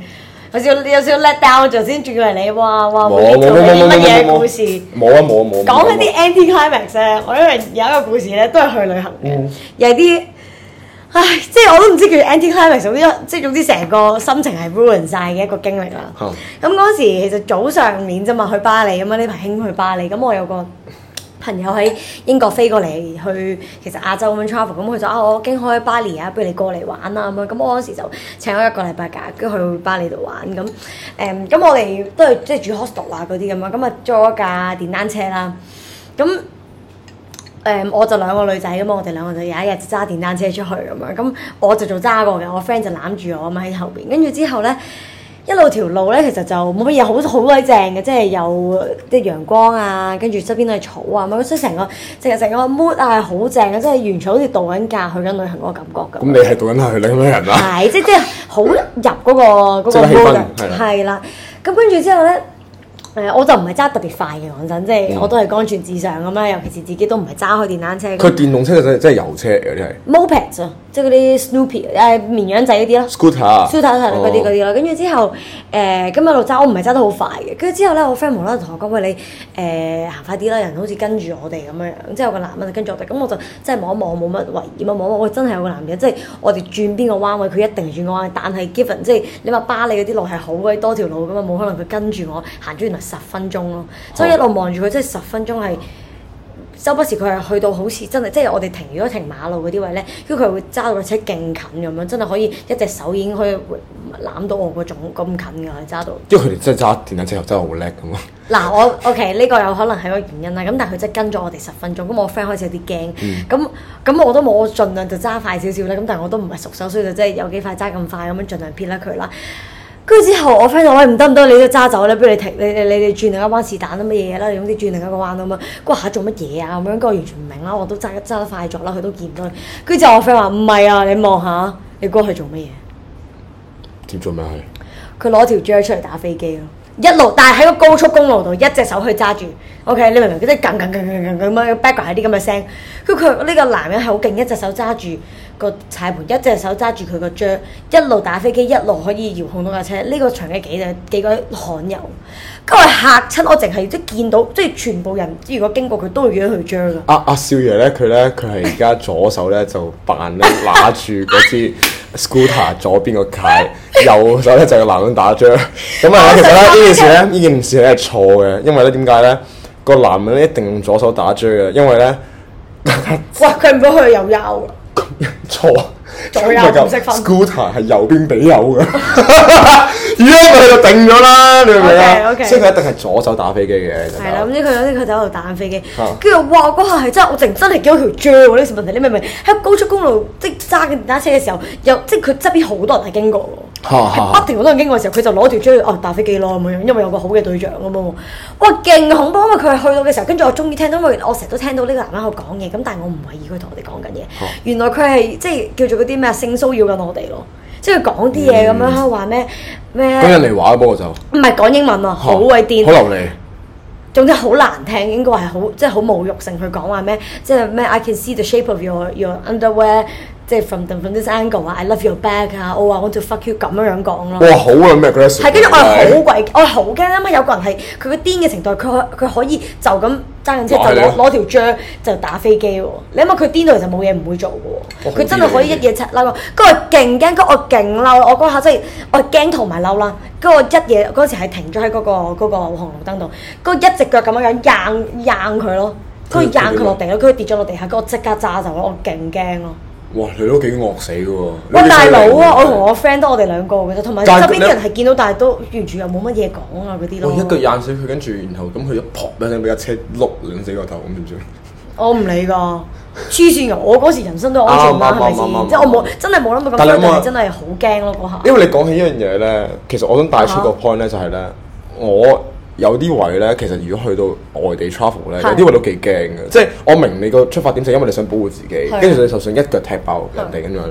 [SPEAKER 1] 有少有少 let down 咗先，仲以為哦你哇哇
[SPEAKER 2] 冇
[SPEAKER 1] 會
[SPEAKER 2] 冇
[SPEAKER 1] 做啲
[SPEAKER 2] 冇冇
[SPEAKER 1] 乜
[SPEAKER 2] 冇冇
[SPEAKER 1] 嘢
[SPEAKER 2] 冇
[SPEAKER 1] 故事。
[SPEAKER 2] 冇啊冇啊冇啊冇啊，
[SPEAKER 1] 講
[SPEAKER 2] 嗯
[SPEAKER 1] 起啲 anti climax 咧，我因為有一個故事咧，都係去旅行嘅，又係啲唉，即係我都唔知叫 anti climax，總之即係總之成個心情係 ruin 晒嘅一個經歷啦。
[SPEAKER 2] 嗯
[SPEAKER 1] 咁嗰時其實早上年啫嘛，去巴黎咁樣呢排興去巴黎，咁我有個朋友喺英國飛過嚟去，其實亞洲咁樣 travel，咁佢就啊我經開巴黎啊，不如你過嚟玩啊咁樣，咁我嗰時就請咗一個禮拜假，跟住去巴黎度玩咁，誒、咁我哋都係即係住 hostel 啊嗰啲咁啊，咁啊租咗架電單車啦，咁。誒、我就兩個女仔咁啊，我哋兩個就有一日揸電單車出去咁樣，咁我就做揸過嘅，我 friend 就攬住我咁喺後邊，跟住之後咧。一路條路咧，其實就冇乜嘢好好鬼正嘅，即係有啲陽光啊，跟住側邊都係草啊，咁樣所以成個成成個 mood 啊係好正嘅，即係完全好似度緊假去緊旅行嗰個感覺
[SPEAKER 2] 咁
[SPEAKER 1] 咁。
[SPEAKER 2] 你係讀緊係啊另一人啦，
[SPEAKER 1] 係，即係即係好入嗰、個嗰、
[SPEAKER 2] 即
[SPEAKER 1] 個
[SPEAKER 2] 係氣
[SPEAKER 1] mood
[SPEAKER 2] 氛
[SPEAKER 1] 啊
[SPEAKER 2] 係啦
[SPEAKER 1] 係啦。咁跟住之後咧，誒、我就唔係揸特別快嘅，講真，即
[SPEAKER 2] 嗯
[SPEAKER 1] 係我都係安全至上咁啦。尤其是自己都唔係揸開電單車咁。
[SPEAKER 2] 佢電動車就真係真係油車嚟嘅，真係
[SPEAKER 1] moped 啊，即係嗰啲 Snoopy 誒、綿羊仔嗰啲咯
[SPEAKER 2] scooter 啊
[SPEAKER 1] ，scooter 係啦嗰啲嗰
[SPEAKER 2] 哦
[SPEAKER 1] 啲咯。跟住之後誒，咁一路揸，我唔係揸得好快嘅。跟住之後咧，我 friend 無啦啦同我講：喂，你誒行快啲啦，人好似跟住我哋咁樣樣。之後有個男人就跟住我哋，咁我就真係望一望，冇乜懷疑啊，望一望，喂，真係有個男人，即係我哋轉邊個彎位，佢一定轉個彎。但係 given 即係你話巴黎嗰啲路係好鬼多條路噶嘛，冇可能佢跟住我行咗原來十分鐘咯。所以一路望住佢，即係十分鐘係。周不時佢係去到好似真係，即係我哋停如果停馬路嗰啲位咧，跟住佢會揸到架車勁近咁樣，真係可以一隻手已經可以攬到我嗰種咁近㗎，佢揸到。
[SPEAKER 2] 因為佢哋真係揸電單車又真係好叻咁啊！
[SPEAKER 1] 嗱，我 OK 呢個有可能係個原因啦。咁但係佢真係跟咗我哋十分鐘，咁我 friend 開始有啲驚。咁咁、我都冇，我盡量就揸快少少啦。咁但係我都唔係熟手，所以就真係有幾快揸咁快咁樣，盡量撇甩佢啦。跟住之後，我 friend 就喂唔得唔得，你都揸走啦，不如你停，你你你你轉另一彎是但啦，乜嘢啦，你總之轉另一個彎咁啊樣。嗰下做乜嘢啊？咁樣，跟住我完全唔明啦，我都揸揸得快咗啦，佢都見唔到佢。跟住之後我 friend 話唔係啊，你望下，你估佢做乜嘢？
[SPEAKER 2] 點做咩係？
[SPEAKER 1] 佢攞條 j 出嚟打飛機咯，一路但係喺個高速公路度一隻手去揸住，OK，你明唔明？即係撳撳撳撳撳撳咁樣 background 係啲咁嘅聲。佢佢呢個男人係好勁，一隻手揸住個踩盤，一隻手揸住佢個 j 一路打飛機，一路可以遙控到架車。呢、個場景幾就幾個罕有，跟住嚇親我，淨係即係見到即係全部人，如果經過佢都會見到佢 j 㗎。
[SPEAKER 2] 啊阿阿少爺咧，佢咧佢係而家左手咧就扮咧 拿住嗰支 scooter 左邊個軚，右手咧就有男人打仗。咁啊，其實咧呢件事咧，呢件事咧係錯嘅，因為咧點解咧個男人咧一定用左手打仗嘅，因為咧
[SPEAKER 1] 哇！佢唔到佢右優，
[SPEAKER 2] 錯。
[SPEAKER 1] 左右
[SPEAKER 2] 因為個
[SPEAKER 1] 唔識分
[SPEAKER 2] Scooter 係右邊俾 右嘅，而家佢就定咗啦，你明唔明啊
[SPEAKER 1] OK，OK
[SPEAKER 2] 所以佢一定係左手打飛機嘅。其實
[SPEAKER 1] 係啦，咁之佢有啲佢就喺度打緊飛機
[SPEAKER 2] 啊，
[SPEAKER 1] 跟住哇嗰下係真係我淨真係見到條 j 喎呢條問題，你明唔明？喺高速公路即係揸緊電單車嘅時候，又即係佢側邊好多人係經過喎，
[SPEAKER 2] 嚇嚇
[SPEAKER 1] 係不停好多人經過嘅時候，佢就攞條 j 哦打飛機咯咁樣，因為有個好嘅對象咁喎。哇勁恐怖，因為啊佢係去到嘅時候，跟住我終於聽到，因為我成日都聽到呢個男人喺度講嘢，咁但係我唔懷疑佢同我哋講緊嘢，原來佢係即係叫做嗰啲咩性騷擾緊我哋咯，即係佢講啲嘢咁樣
[SPEAKER 2] 嗯
[SPEAKER 1] 喺度話咩
[SPEAKER 2] 咁人
[SPEAKER 1] 咩，
[SPEAKER 2] 嚟話，不過就
[SPEAKER 1] 唔係講英文啊，好鬼癲
[SPEAKER 2] 好。流利。
[SPEAKER 1] 總之好難聽，應該係好即係好侮辱性。佢講話咩？即係咩？I can see the shape of your your underwear，即係 from from this angle 啊，I love your back 啊，我話我就 fuck you 咁樣樣講咯。
[SPEAKER 2] 哇，好啊咩 g r e s s
[SPEAKER 1] 嗯係跟住我係好鬼，我係好驚啊嘛！有個人係佢個癲嘅程度，佢可佢可以就咁揸緊車
[SPEAKER 2] 哇係
[SPEAKER 1] 就攞
[SPEAKER 2] 啊
[SPEAKER 1] 攞條杖就打飛機喎。你諗下佢癲到其實冇嘢唔會做嘅
[SPEAKER 2] 哇
[SPEAKER 1] 喎，
[SPEAKER 2] 好
[SPEAKER 1] 佢真係可以一
[SPEAKER 2] 癲啊
[SPEAKER 1] 嘢拆拉我。跟住我勁驚，跟住我勁嬲，我嗰下真係我係驚同埋嬲啦。跟住我一嘢嗰時係停咗喺嗰個嗰個紅綠燈度，跟住一隻腳咁樣樣硬硬佢咯，跟住
[SPEAKER 2] 佢
[SPEAKER 1] 硬佢
[SPEAKER 2] 佢點
[SPEAKER 1] 落
[SPEAKER 2] 啊
[SPEAKER 1] 地咯，跟住跌咗落地下，跟住我即刻揸走咯，我勁驚咯。
[SPEAKER 2] 哇，你都幾惡死嘅喎！
[SPEAKER 1] 哇！
[SPEAKER 2] 你
[SPEAKER 1] 大
[SPEAKER 2] 真係
[SPEAKER 1] 佬啊，
[SPEAKER 2] 靚喎
[SPEAKER 1] 我同我 friend 都我哋兩個嘅啫，同埋
[SPEAKER 2] 但
[SPEAKER 1] 周
[SPEAKER 2] 係
[SPEAKER 1] 邊
[SPEAKER 2] 你
[SPEAKER 1] 啲人係見到，但係都完全又冇乜嘢講啊嗰啲
[SPEAKER 2] 我一腳
[SPEAKER 1] 咯。
[SPEAKER 2] 踹死佢，跟住然後咁佢一撲一聲俾架車碌兩死個頭，咁點算？
[SPEAKER 1] 我唔理㗎，黐線㗎！我嗰時人生都有安全啦，
[SPEAKER 2] 啱
[SPEAKER 1] 係
[SPEAKER 2] 啱
[SPEAKER 1] 咪
[SPEAKER 2] 啱啱
[SPEAKER 1] 先？
[SPEAKER 2] 啱
[SPEAKER 1] 即係我冇真係冇諗到咁
[SPEAKER 2] 但你有
[SPEAKER 1] 衰，
[SPEAKER 2] 冇
[SPEAKER 1] 但係真係好驚咯嗰下。
[SPEAKER 2] 因為你講起一樣嘢咧，其實我想帶
[SPEAKER 1] 啊
[SPEAKER 2] 出個 point 咧，就係咧，我有啲位咧，其實如果去到外地 travel 咧，
[SPEAKER 1] 係
[SPEAKER 2] 有啲位都幾驚嘅。即係我明你個出發點就係因為你想保護自己
[SPEAKER 1] 係，
[SPEAKER 2] 跟住你就想一腳踢爆人
[SPEAKER 1] 係
[SPEAKER 2] 哋咁樣。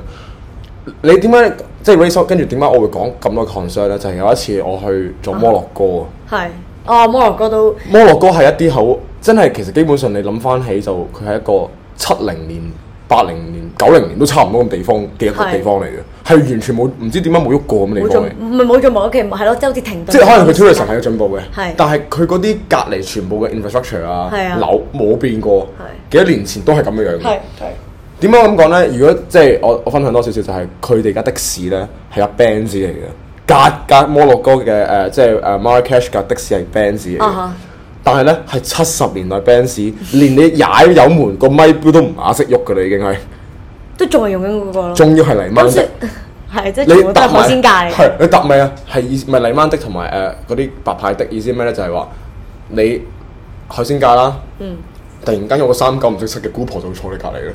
[SPEAKER 2] 你點解即係 raise up？跟住點解我會講咁多 concern 咧？就係有一次我去做摩洛哥啊。
[SPEAKER 1] 係哦，摩洛哥都
[SPEAKER 2] 摩洛哥係一啲好真係，其實基本上你諗翻起就佢係一個七零年、八零年、九零年都差唔多咁地方嘅一個
[SPEAKER 1] 係
[SPEAKER 2] 地方嚟嘅，係完全冇唔知點解冇喐過咁嘅
[SPEAKER 1] 冇
[SPEAKER 2] 地方
[SPEAKER 1] 做，
[SPEAKER 2] 嚟。
[SPEAKER 1] 唔係冇做冇其實係咯，即係好似停頓。
[SPEAKER 2] 即係可能佢 tourism 係有進步
[SPEAKER 1] 係
[SPEAKER 2] 嘅，但係佢嗰啲隔離全部嘅 infrastructure 啊
[SPEAKER 1] 係啊、
[SPEAKER 2] 樓冇變過，幾多年前都係咁樣樣嘅
[SPEAKER 1] 係。係
[SPEAKER 2] 點解我咁講咧？如果即係我我分享多少少就係佢哋架的士咧係架 Benz 嚟嘅，隔隔摩洛哥嘅誒、呃即係誒 Marrakesh 架的士係 Benz 嚟嘅。
[SPEAKER 1] 啊哈
[SPEAKER 2] 但係咧，係七十年代 Benz，連你踩油門個咪錶都唔啞識喐噶啦，已經係，
[SPEAKER 1] 都仲係用緊嗰個咯。
[SPEAKER 2] 仲要係黎
[SPEAKER 1] 咁
[SPEAKER 2] 曼
[SPEAKER 1] 所以
[SPEAKER 2] 的，
[SPEAKER 1] 係 即係全部
[SPEAKER 2] 你
[SPEAKER 1] 都係
[SPEAKER 2] 搭
[SPEAKER 1] 海
[SPEAKER 2] 埋
[SPEAKER 1] 鮮價嚟嘅。
[SPEAKER 2] 係你搭咪啊？係意咪黎曼的同埋呃誒嗰啲白牌的意思咩咧？就係話你海鮮價啦，嗯，突然間有個三九唔識七嘅姑婆就會坐你隔離啦，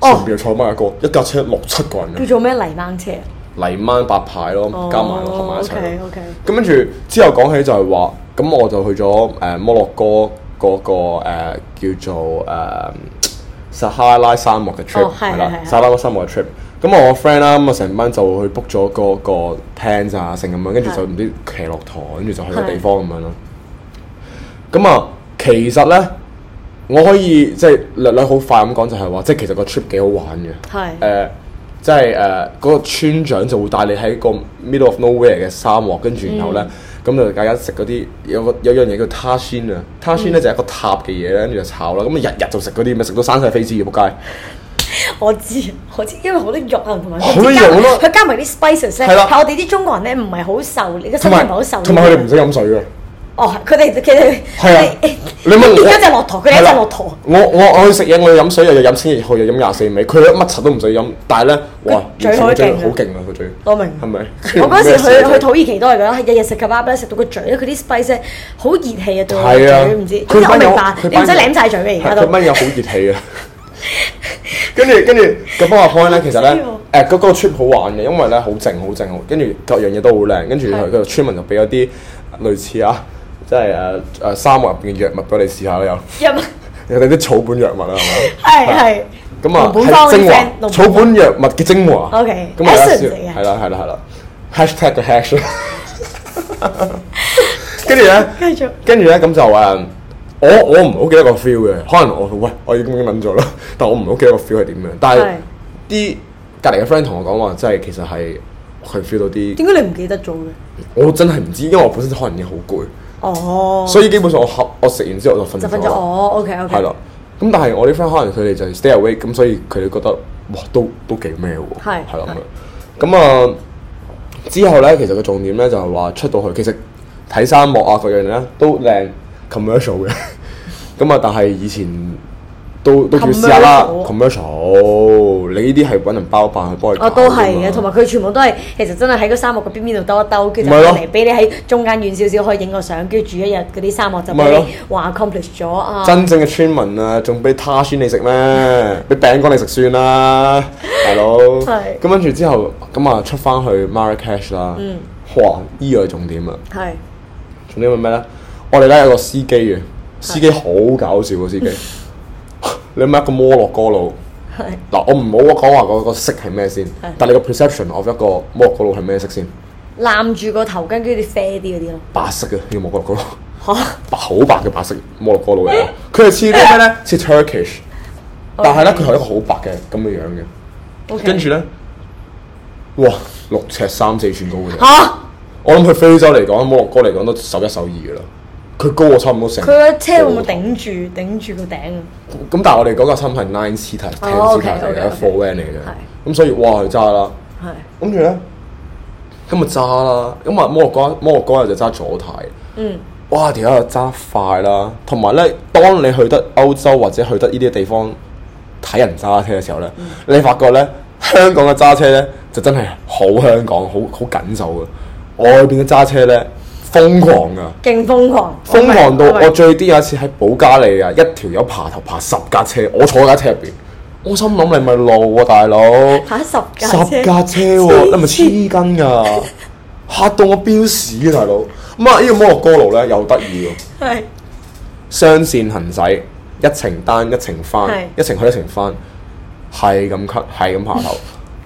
[SPEAKER 1] 哦
[SPEAKER 2] 前邊又坐孖一個，一架車六七個人嘅
[SPEAKER 1] 叫。做咩泥掹車？
[SPEAKER 2] 黎掹白牌咯，
[SPEAKER 1] 哦
[SPEAKER 2] 加埋合埋一齊咯。
[SPEAKER 1] OK，OK
[SPEAKER 2] 咁跟住之後講起就係話，咁我就去咗誒、呃摩洛哥嗰、個、呃、叫做誒、呃、撒哈拉沙漠嘅 trip
[SPEAKER 1] 哦係
[SPEAKER 2] 啦
[SPEAKER 1] 係，係
[SPEAKER 2] 撒哈拉沙漠嘅 trip。咁我個 friend 啦，咁啊成班就去 book 咗個個 tent 啊，成咁樣，跟住
[SPEAKER 1] 係
[SPEAKER 2] 就唔知騎駱駝，跟住就去個
[SPEAKER 1] 係
[SPEAKER 2] 地方咁樣咯。咁啊，其實咧，我可以即係略略好快咁講，就係話，即係其實個 trip 幾好玩嘅。
[SPEAKER 1] 係
[SPEAKER 2] 誒、即係誒嗰個村長就會帶你喺個 middle of nowhere 嘅沙漠，跟住然後
[SPEAKER 1] 嗯
[SPEAKER 2] 咧，咁就、大家食嗰啲有個有樣嘢叫 tashin 啊，tashin 咧
[SPEAKER 1] 嗯
[SPEAKER 2] 就係一個塔嘅嘢咧，跟住就炒啦，咁啊日日就食嗰啲，咪食到生晒飛滋嘅仆街。
[SPEAKER 1] 我知，我知，因為好多肉啊，同埋
[SPEAKER 2] 好多肉咯
[SPEAKER 1] 佢加埋啲 spices 咧，
[SPEAKER 2] 係啦
[SPEAKER 1] 係我哋啲中國人咧唔係好受，你個身體
[SPEAKER 2] 同
[SPEAKER 1] 唔
[SPEAKER 2] 埋
[SPEAKER 1] 係好受。
[SPEAKER 2] 同埋佢哋唔。識飲水嘅。
[SPEAKER 1] 哦，佢哋佢哋
[SPEAKER 2] 係啊
[SPEAKER 1] 佢哋
[SPEAKER 2] 你 問我
[SPEAKER 1] 變咗隻駱駝，佢哋一隻駱駝。
[SPEAKER 2] 我我我去食嘢，我要飲水，又要飲千熱去，又飲廿四味，佢乜柒都唔使飲，但係咧，哇！
[SPEAKER 1] 佢嘴好
[SPEAKER 2] 完全
[SPEAKER 1] 勁啊
[SPEAKER 2] 好勁啊！佢嘴，
[SPEAKER 1] 我明
[SPEAKER 2] 係咪？
[SPEAKER 1] 我嗰時
[SPEAKER 2] 咩事啊
[SPEAKER 1] 去去土耳其都係㗎，係日日食 kebab 咧，食到個嘴咧，佢啲 spice 咧好熱氣啊，對我個
[SPEAKER 2] 係啊
[SPEAKER 1] 嘴唔知，，
[SPEAKER 2] 佢
[SPEAKER 1] 即係我
[SPEAKER 2] 班
[SPEAKER 1] 明
[SPEAKER 2] 友
[SPEAKER 1] 白，你
[SPEAKER 2] 佢
[SPEAKER 1] 唔
[SPEAKER 2] 班
[SPEAKER 1] 使
[SPEAKER 2] 友
[SPEAKER 1] 舐晒嘴嘅而家
[SPEAKER 2] 係佢
[SPEAKER 1] 都。
[SPEAKER 2] 蚊友好熱氣啊！跟住跟住咁我話 point 咧，其實咧誒嗰個 trip 好玩嘅，因為咧好靜好靜，跟住各樣嘢都好靚，跟住佢佢個村民就俾咗啲類似啊，即係誒誒沙漠入邊嘅藥物俾你試下啦，
[SPEAKER 1] 入
[SPEAKER 2] 有有啲草本藥物啦，啊係咪？
[SPEAKER 1] 係係。
[SPEAKER 2] 咁啊，
[SPEAKER 1] 龍本方
[SPEAKER 2] 係精
[SPEAKER 1] 嘅
[SPEAKER 2] 華
[SPEAKER 1] 龍本
[SPEAKER 2] 草本藥物嘅精華。
[SPEAKER 1] OK，
[SPEAKER 2] 咁啊，有
[SPEAKER 1] essence
[SPEAKER 2] 一
[SPEAKER 1] 嚟嘅
[SPEAKER 2] 少係啦，係啦，係啦。Hashtag 嘅 hash。跟住咧，
[SPEAKER 1] 繼續
[SPEAKER 2] 跟住咧，咁就誒，我我唔好記得個 feel 嘅，可能我喂我已經諗咗啦， 但我唔好記得個 feel 係點樣。但係
[SPEAKER 1] 係
[SPEAKER 2] 啲隔離嘅 friend 同我講話，即係其實係佢 feel 到啲，
[SPEAKER 1] 點解你唔記得咗嘅？
[SPEAKER 2] 我真係唔知，因為我本身可能已經好攰，
[SPEAKER 1] 哦，
[SPEAKER 2] 所以基本上我合我食完之後我就
[SPEAKER 1] 就
[SPEAKER 2] 瞓
[SPEAKER 1] 分
[SPEAKER 2] 咗
[SPEAKER 1] 咗
[SPEAKER 2] 啦。
[SPEAKER 1] 哦，OK OK，
[SPEAKER 2] 係啦，咁但係我啲 friend 可能佢哋就係 stay away，咁所以佢哋覺得哇都都幾咩喎，
[SPEAKER 1] 係
[SPEAKER 2] 係啦咁樣。咁啊之後咧，其實個重點咧就係話出到去，其實睇沙漠啊各樣咧都靚 commercial 嘅， 咁啊但係以前。都都叫試下啦 commercial，你呢啲係揾人包辦去幫你搞㗎嘛。
[SPEAKER 1] 我哦都係嘅，同埋佢全部都係其實真係喺個沙漠嘅邊邊度兜一兜，跟住
[SPEAKER 2] 咪
[SPEAKER 1] 就
[SPEAKER 2] 咯
[SPEAKER 1] 嚟俾你喺中間遠少少可以影個相，跟住住一日嗰啲沙漠就
[SPEAKER 2] 咪
[SPEAKER 1] 俾
[SPEAKER 2] 咯
[SPEAKER 1] 你話 accomplish 咗啊！
[SPEAKER 2] 真正嘅村民啊，仲俾他酸你食咩？俾餅乾你食算 啦，大佬。
[SPEAKER 1] 係
[SPEAKER 2] 咁跟住之後，咁啊出翻去 Marrakesh 啦。嗯。哇！依個係重點啊！
[SPEAKER 1] 係
[SPEAKER 2] 重點係咩咧？我哋咧有個司機嘅，司機好搞笑個啊司機。 你咪一個摩洛哥佬。
[SPEAKER 1] 係
[SPEAKER 2] 嗱，我唔好講話嗰個色係咩先，但你個 perception of 一個摩洛哥佬係咩色先？
[SPEAKER 1] 攬住個頭巾，跟住啲啡啲嗰啲咯
[SPEAKER 2] 白色嘅呢個摩洛哥佬，
[SPEAKER 1] 嚇。
[SPEAKER 2] 白好白嘅白色摩洛哥佬嚟 嘅。佢係似啲咩咧？似 Turkish。但
[SPEAKER 1] 哦
[SPEAKER 2] 係咧，佢係一個好白嘅咁嘅樣嘅，
[SPEAKER 1] OK
[SPEAKER 2] 跟住咧，哇，六尺三四寸高 嘅啫。
[SPEAKER 1] 嚇，
[SPEAKER 2] 我諗佢非洲嚟講，摩洛哥嚟講都首一首二嘅啦。佢高我差唔多成。
[SPEAKER 1] 佢個車會唔會？頂住頂住個頂啊？
[SPEAKER 2] 咁但係我哋嗰架衫係 nine seater、
[SPEAKER 1] 哦
[SPEAKER 2] ten seater 嚟嘅
[SPEAKER 1] OK，OK，OK
[SPEAKER 2] four van 嚟嘅。
[SPEAKER 1] 係
[SPEAKER 2] 咁所以哇，佢揸啦，
[SPEAKER 1] 係
[SPEAKER 2] 跟住咧，咁咪揸啦。咁啊，摩洛哥摩洛哥就揸左軚。
[SPEAKER 1] 嗯。
[SPEAKER 2] 哇！條友又揸快啦，同埋咧，當你去得歐洲或者去得呢啲地方睇人揸車嘅時候咧，你發覺咧香港嘅揸車咧就真係好香港，好好緊手嘅。外邊嘅揸車咧瘋狂噶，
[SPEAKER 1] 勁瘋狂，
[SPEAKER 2] 瘋狂到
[SPEAKER 1] 明
[SPEAKER 2] 我
[SPEAKER 1] 明
[SPEAKER 2] 最癲有一次喺保加利亞，一條友爬頭爬十架車，我坐喺架車入邊，我心諗你咪路喎、大佬。
[SPEAKER 1] 嚇十架車
[SPEAKER 2] 十架車喎、你係咪黐筋㗎？ 嚇到我飆屎啊，大佬！咁啊，呢個摩洛哥路咧又得意喎，
[SPEAKER 1] 係
[SPEAKER 2] 雙線行駛，一程單一程
[SPEAKER 1] 係
[SPEAKER 2] 翻，一程去一程翻，係咁咳，係咁爬頭。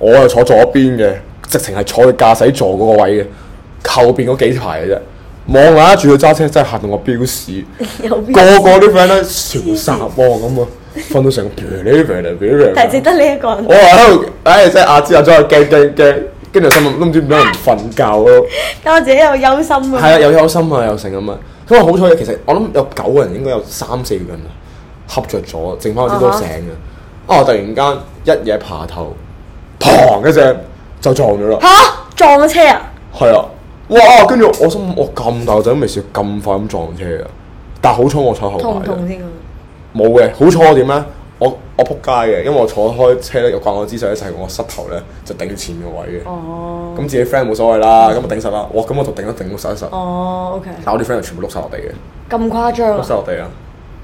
[SPEAKER 2] 我係坐左邊嘅，直情係坐去駕駛座嗰個位嘅，後邊嗰幾排嘅啫。望下住佢揸車，真係嚇到我飆屎。
[SPEAKER 1] 有邊
[SPEAKER 2] 個個啲 friend 咧潮殺喎咁啊，瞓 到成 個
[SPEAKER 1] 但係只得你一個人
[SPEAKER 2] 我，話喺度，唉，真係阿芝阿咗去驚驚驚，跟住心諗都唔知點解唔瞓覺咯。
[SPEAKER 1] 但我自己又憂心
[SPEAKER 2] 係
[SPEAKER 1] 啊。
[SPEAKER 2] 啊，又憂心啊，又成咁啊。咁我好彩嘅，其實我諗有九個人應該有三四個人啊，恰着咗，剩翻我啲都
[SPEAKER 1] 啊哈
[SPEAKER 2] 醒嘅。啊！突然間一嘢爬頭，砰一聲就撞咗啦。
[SPEAKER 1] 吓撞咗車啊！
[SPEAKER 2] 係啊，哇！跟住我心諗，我咁大個仔都未試過咁快咁撞車啊！但係好彩我坐後
[SPEAKER 1] 痛唔
[SPEAKER 2] 排啫
[SPEAKER 1] 痛先啊？
[SPEAKER 2] 冇嘅。好彩我點咧？我我撲街嘅，因為我坐開車咧，有慣我姿勢咧，就係我膝頭咧就頂前個位嘅。
[SPEAKER 1] 哦
[SPEAKER 2] 咁自己 friend 冇所謂啦，咁我頂實啦。哇！咁我就頂一頂碌實一實，
[SPEAKER 1] 哦，OK，Ờ,
[SPEAKER 2] 但我啲 friend 就全部碌晒落地嘅，
[SPEAKER 1] 咁誇張
[SPEAKER 2] 碌晒
[SPEAKER 1] 啊！
[SPEAKER 2] 落地啊！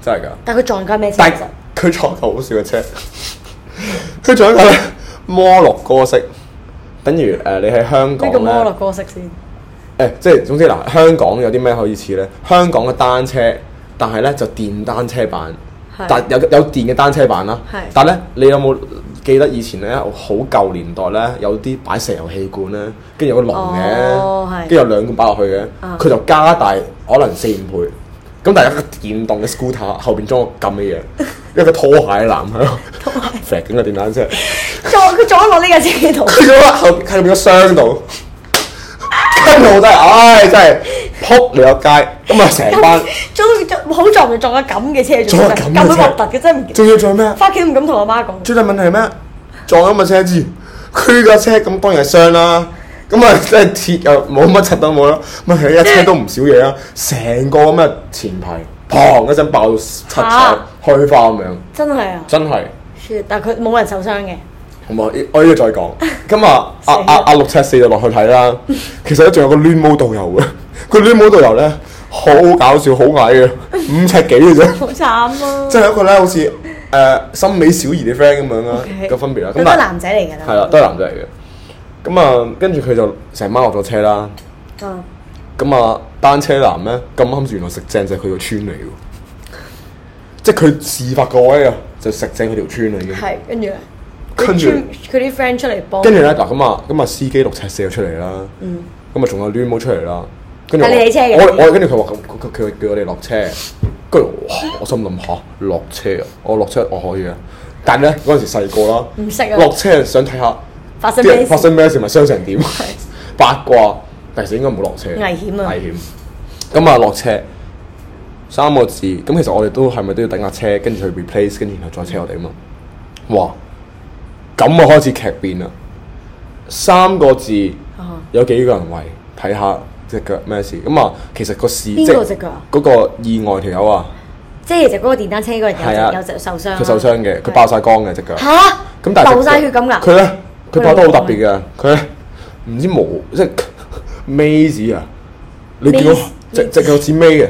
[SPEAKER 2] 真係㗎。
[SPEAKER 1] 但佢撞架咩車
[SPEAKER 2] 但
[SPEAKER 1] 其
[SPEAKER 2] 係
[SPEAKER 1] 實？
[SPEAKER 2] 佢坐嚿好少嘅車， 佢仲有一個咧摩洛哥式，等如誒、呃你喺香港
[SPEAKER 1] 咩叫摩洛
[SPEAKER 2] 咧，
[SPEAKER 1] 哥式先？
[SPEAKER 2] 誒、即係總之嗱，香港有啲咩可以似咧？香港嘅單車，但係咧就電單車版
[SPEAKER 1] 係，
[SPEAKER 2] 但有有電嘅單車版啦
[SPEAKER 1] 係。
[SPEAKER 2] 但係咧，你有冇記得以前咧好舊年代咧，有啲擺石油氣罐咧，跟住有個籠
[SPEAKER 1] 哦
[SPEAKER 2] 嘅，
[SPEAKER 1] 係
[SPEAKER 2] 跟住有兩罐擺落去嘅，
[SPEAKER 1] 啊
[SPEAKER 2] 佢就加大可能四五倍。咁但係一個電動嘅 scooter 後邊裝個咁 嘅嘢，一個拖鞋男喺度， 揈緊個電單車，
[SPEAKER 1] 撞佢撞咗落呢架車度。
[SPEAKER 2] 佢咗後喺入邊個箱度，跟住我真係，唉、真係撲你個街，咁啊 成班，
[SPEAKER 1] 撞撞好撞就撞架咁嘅車，
[SPEAKER 2] 撞架咁嘅車
[SPEAKER 1] 咁核突嘅真係唔
[SPEAKER 2] 仲要做咩啊？
[SPEAKER 1] 翻屋企都唔敢同阿媽講。
[SPEAKER 2] 最大問題係咩？啊撞咗咪車之，佢架車咁當然係傷啦。咁啊，即係鐵又冇乜柒都冇啦。咪係一車都唔少嘢啦。成個咁嘅前排，砰一聲爆到七彩
[SPEAKER 1] 嚇
[SPEAKER 2] 開花咁樣，
[SPEAKER 1] 真係啊
[SPEAKER 2] 真係。
[SPEAKER 1] à? ，shit，但係佢冇人受傷嘅。
[SPEAKER 2] 好嘛，我呢度再 講。咁啊，阿
[SPEAKER 1] 死啦
[SPEAKER 2] 阿阿六尺四就落去睇啦。其實咧，仲有個攣毛導遊嘅， 個攣毛導遊咧好搞笑，好矮 嘅，五尺幾嘅啫。
[SPEAKER 1] 好慘啊！
[SPEAKER 2] 即係有一個咧，好似誒、森美小儀啲 friend 咁樣啦
[SPEAKER 1] OK
[SPEAKER 2] 個分別啦。啊
[SPEAKER 1] 佢
[SPEAKER 2] 咁
[SPEAKER 1] 都係
[SPEAKER 2] 但係
[SPEAKER 1] 男仔嚟㗎啦。
[SPEAKER 2] 係啦，都係男仔嚟嘅。咁啊，跟住佢就成晚落咗車啦。
[SPEAKER 1] 嗯。
[SPEAKER 2] 咁啊，單車男咧咁啱原來食正就係佢個村嚟嘅喎，即係佢事發個位啊，就食正佢條村啦已經。
[SPEAKER 1] 係，跟住咧，
[SPEAKER 2] 跟住
[SPEAKER 1] 佢佢啲 friend 出嚟幫。
[SPEAKER 2] 跟住咧嗱，咁啊，咁啊，司機六尺四就出嚟啦，咁啊，仲有攣毛出嚟啦。跟住
[SPEAKER 1] 嗯但你
[SPEAKER 2] 我
[SPEAKER 1] 哋車嘅
[SPEAKER 2] 我我跟住佢話佢佢佢叫我哋落車，跟住哇，我心諗吓落車啊，我落車我可以啊，但係咧嗰陣時細個啦，
[SPEAKER 1] 唔識啊
[SPEAKER 2] 落車想睇下。
[SPEAKER 1] 發生
[SPEAKER 2] 啲
[SPEAKER 1] 咩
[SPEAKER 2] 人發
[SPEAKER 1] 事？
[SPEAKER 2] 生咩事咪傷 成點，八卦，但係應該唔好落車，危
[SPEAKER 1] 險啊
[SPEAKER 2] 危險。咁啊落車三個字，咁其實我哋都係咪都要等架車，跟住去 replace，跟住然後再車我哋啊嘛？哇！咁啊開始劇變啦，三個字
[SPEAKER 1] 啊
[SPEAKER 2] 有幾個人圍睇下只腳咩事？咁啊，其實個事
[SPEAKER 1] 邊個
[SPEAKER 2] 即
[SPEAKER 1] 隻腳啊
[SPEAKER 2] 嗰個意外條友啊，
[SPEAKER 1] 即係其實嗰個電單車嗰個人
[SPEAKER 2] 係
[SPEAKER 1] 有
[SPEAKER 2] 啊，
[SPEAKER 1] 隻有隻受傷啊。
[SPEAKER 2] 佢受傷嘅，佢
[SPEAKER 1] 係
[SPEAKER 2] 爆晒光嘅只腳。
[SPEAKER 1] 嚇！
[SPEAKER 2] 咁但係
[SPEAKER 1] 流
[SPEAKER 2] 佢
[SPEAKER 1] 晒血咁㗎。
[SPEAKER 2] 佢咧，佢拍得好特別
[SPEAKER 1] 佢
[SPEAKER 2] 嘅，佢咧唔知毛即係 尾子啊！你見到
[SPEAKER 1] Maze，
[SPEAKER 2] 隻
[SPEAKER 1] Maze
[SPEAKER 2] 隻腳趾尾嘅，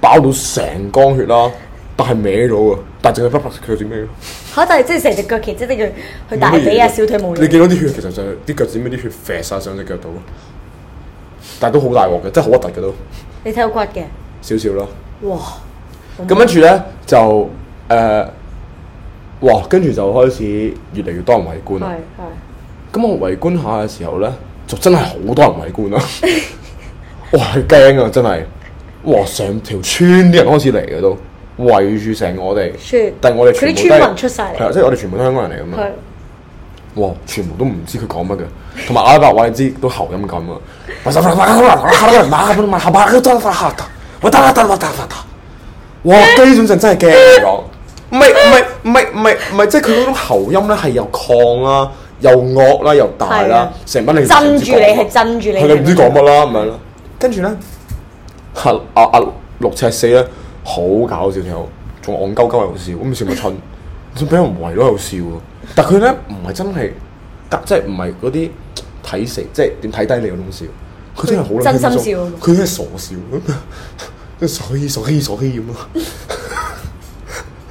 [SPEAKER 2] 爆到成缸血啦，但係歪咗啊！但係淨係不白腳趾尾咯。
[SPEAKER 1] 嚇！但係即係成隻腳其實即係佢佢大髀啊、小腿冇
[SPEAKER 2] 你
[SPEAKER 1] 嘢。
[SPEAKER 2] 見到啲血其實就係啲腳趾尾啲血啡晒上隻腳度咯，但係都好大鑊嘅，真係好核突嘅都
[SPEAKER 1] 你睇到骨嘅，
[SPEAKER 2] 少少啦。
[SPEAKER 1] 哇！
[SPEAKER 2] 咁跟住咧就誒、呃哇！跟住就開始越嚟越多人圍觀啦
[SPEAKER 1] 係。係。
[SPEAKER 2] 咁我圍觀下嘅時候咧，就真係好多人圍觀啦。 哇！係驚啊，真係！哇！成條村啲人開始嚟嘅都圍住成我哋
[SPEAKER 1] Shit，
[SPEAKER 2] 但係我哋全部都
[SPEAKER 1] 佢啲
[SPEAKER 2] 係
[SPEAKER 1] 村民出晒嚟
[SPEAKER 2] 係啊，即係我哋全部都香港人嚟咁嘛
[SPEAKER 1] 係。。
[SPEAKER 2] 哇！全部都唔知佢講乜嘅，同埋阿拉伯話你知都喉音咁啊！哇！基準陣真係驚嚟講，唔係唔係唔係唔係唔係，即係佢嗰種喉音咧係又亢啦，又惡啦，又大
[SPEAKER 1] 係
[SPEAKER 2] 啦
[SPEAKER 1] 啊，
[SPEAKER 2] 成班你
[SPEAKER 1] 震住你係震住你
[SPEAKER 2] 佢哋唔知講乜啦咁樣啦。跟住咧，阿阿阿啊六尺四咧好搞笑條，仲戇鳩鳩喺度笑，咁算咪蠢？仲俾人圍咗喺度笑喎。但佢咧唔係真係，即係唔係嗰啲睇死，即係點睇低你嗰種笑。佢真係好撚
[SPEAKER 1] 真心
[SPEAKER 2] 輕鬆
[SPEAKER 1] 笑啊
[SPEAKER 2] 佢真係傻笑，跟住 傻氣傻氣傻氣咁咯。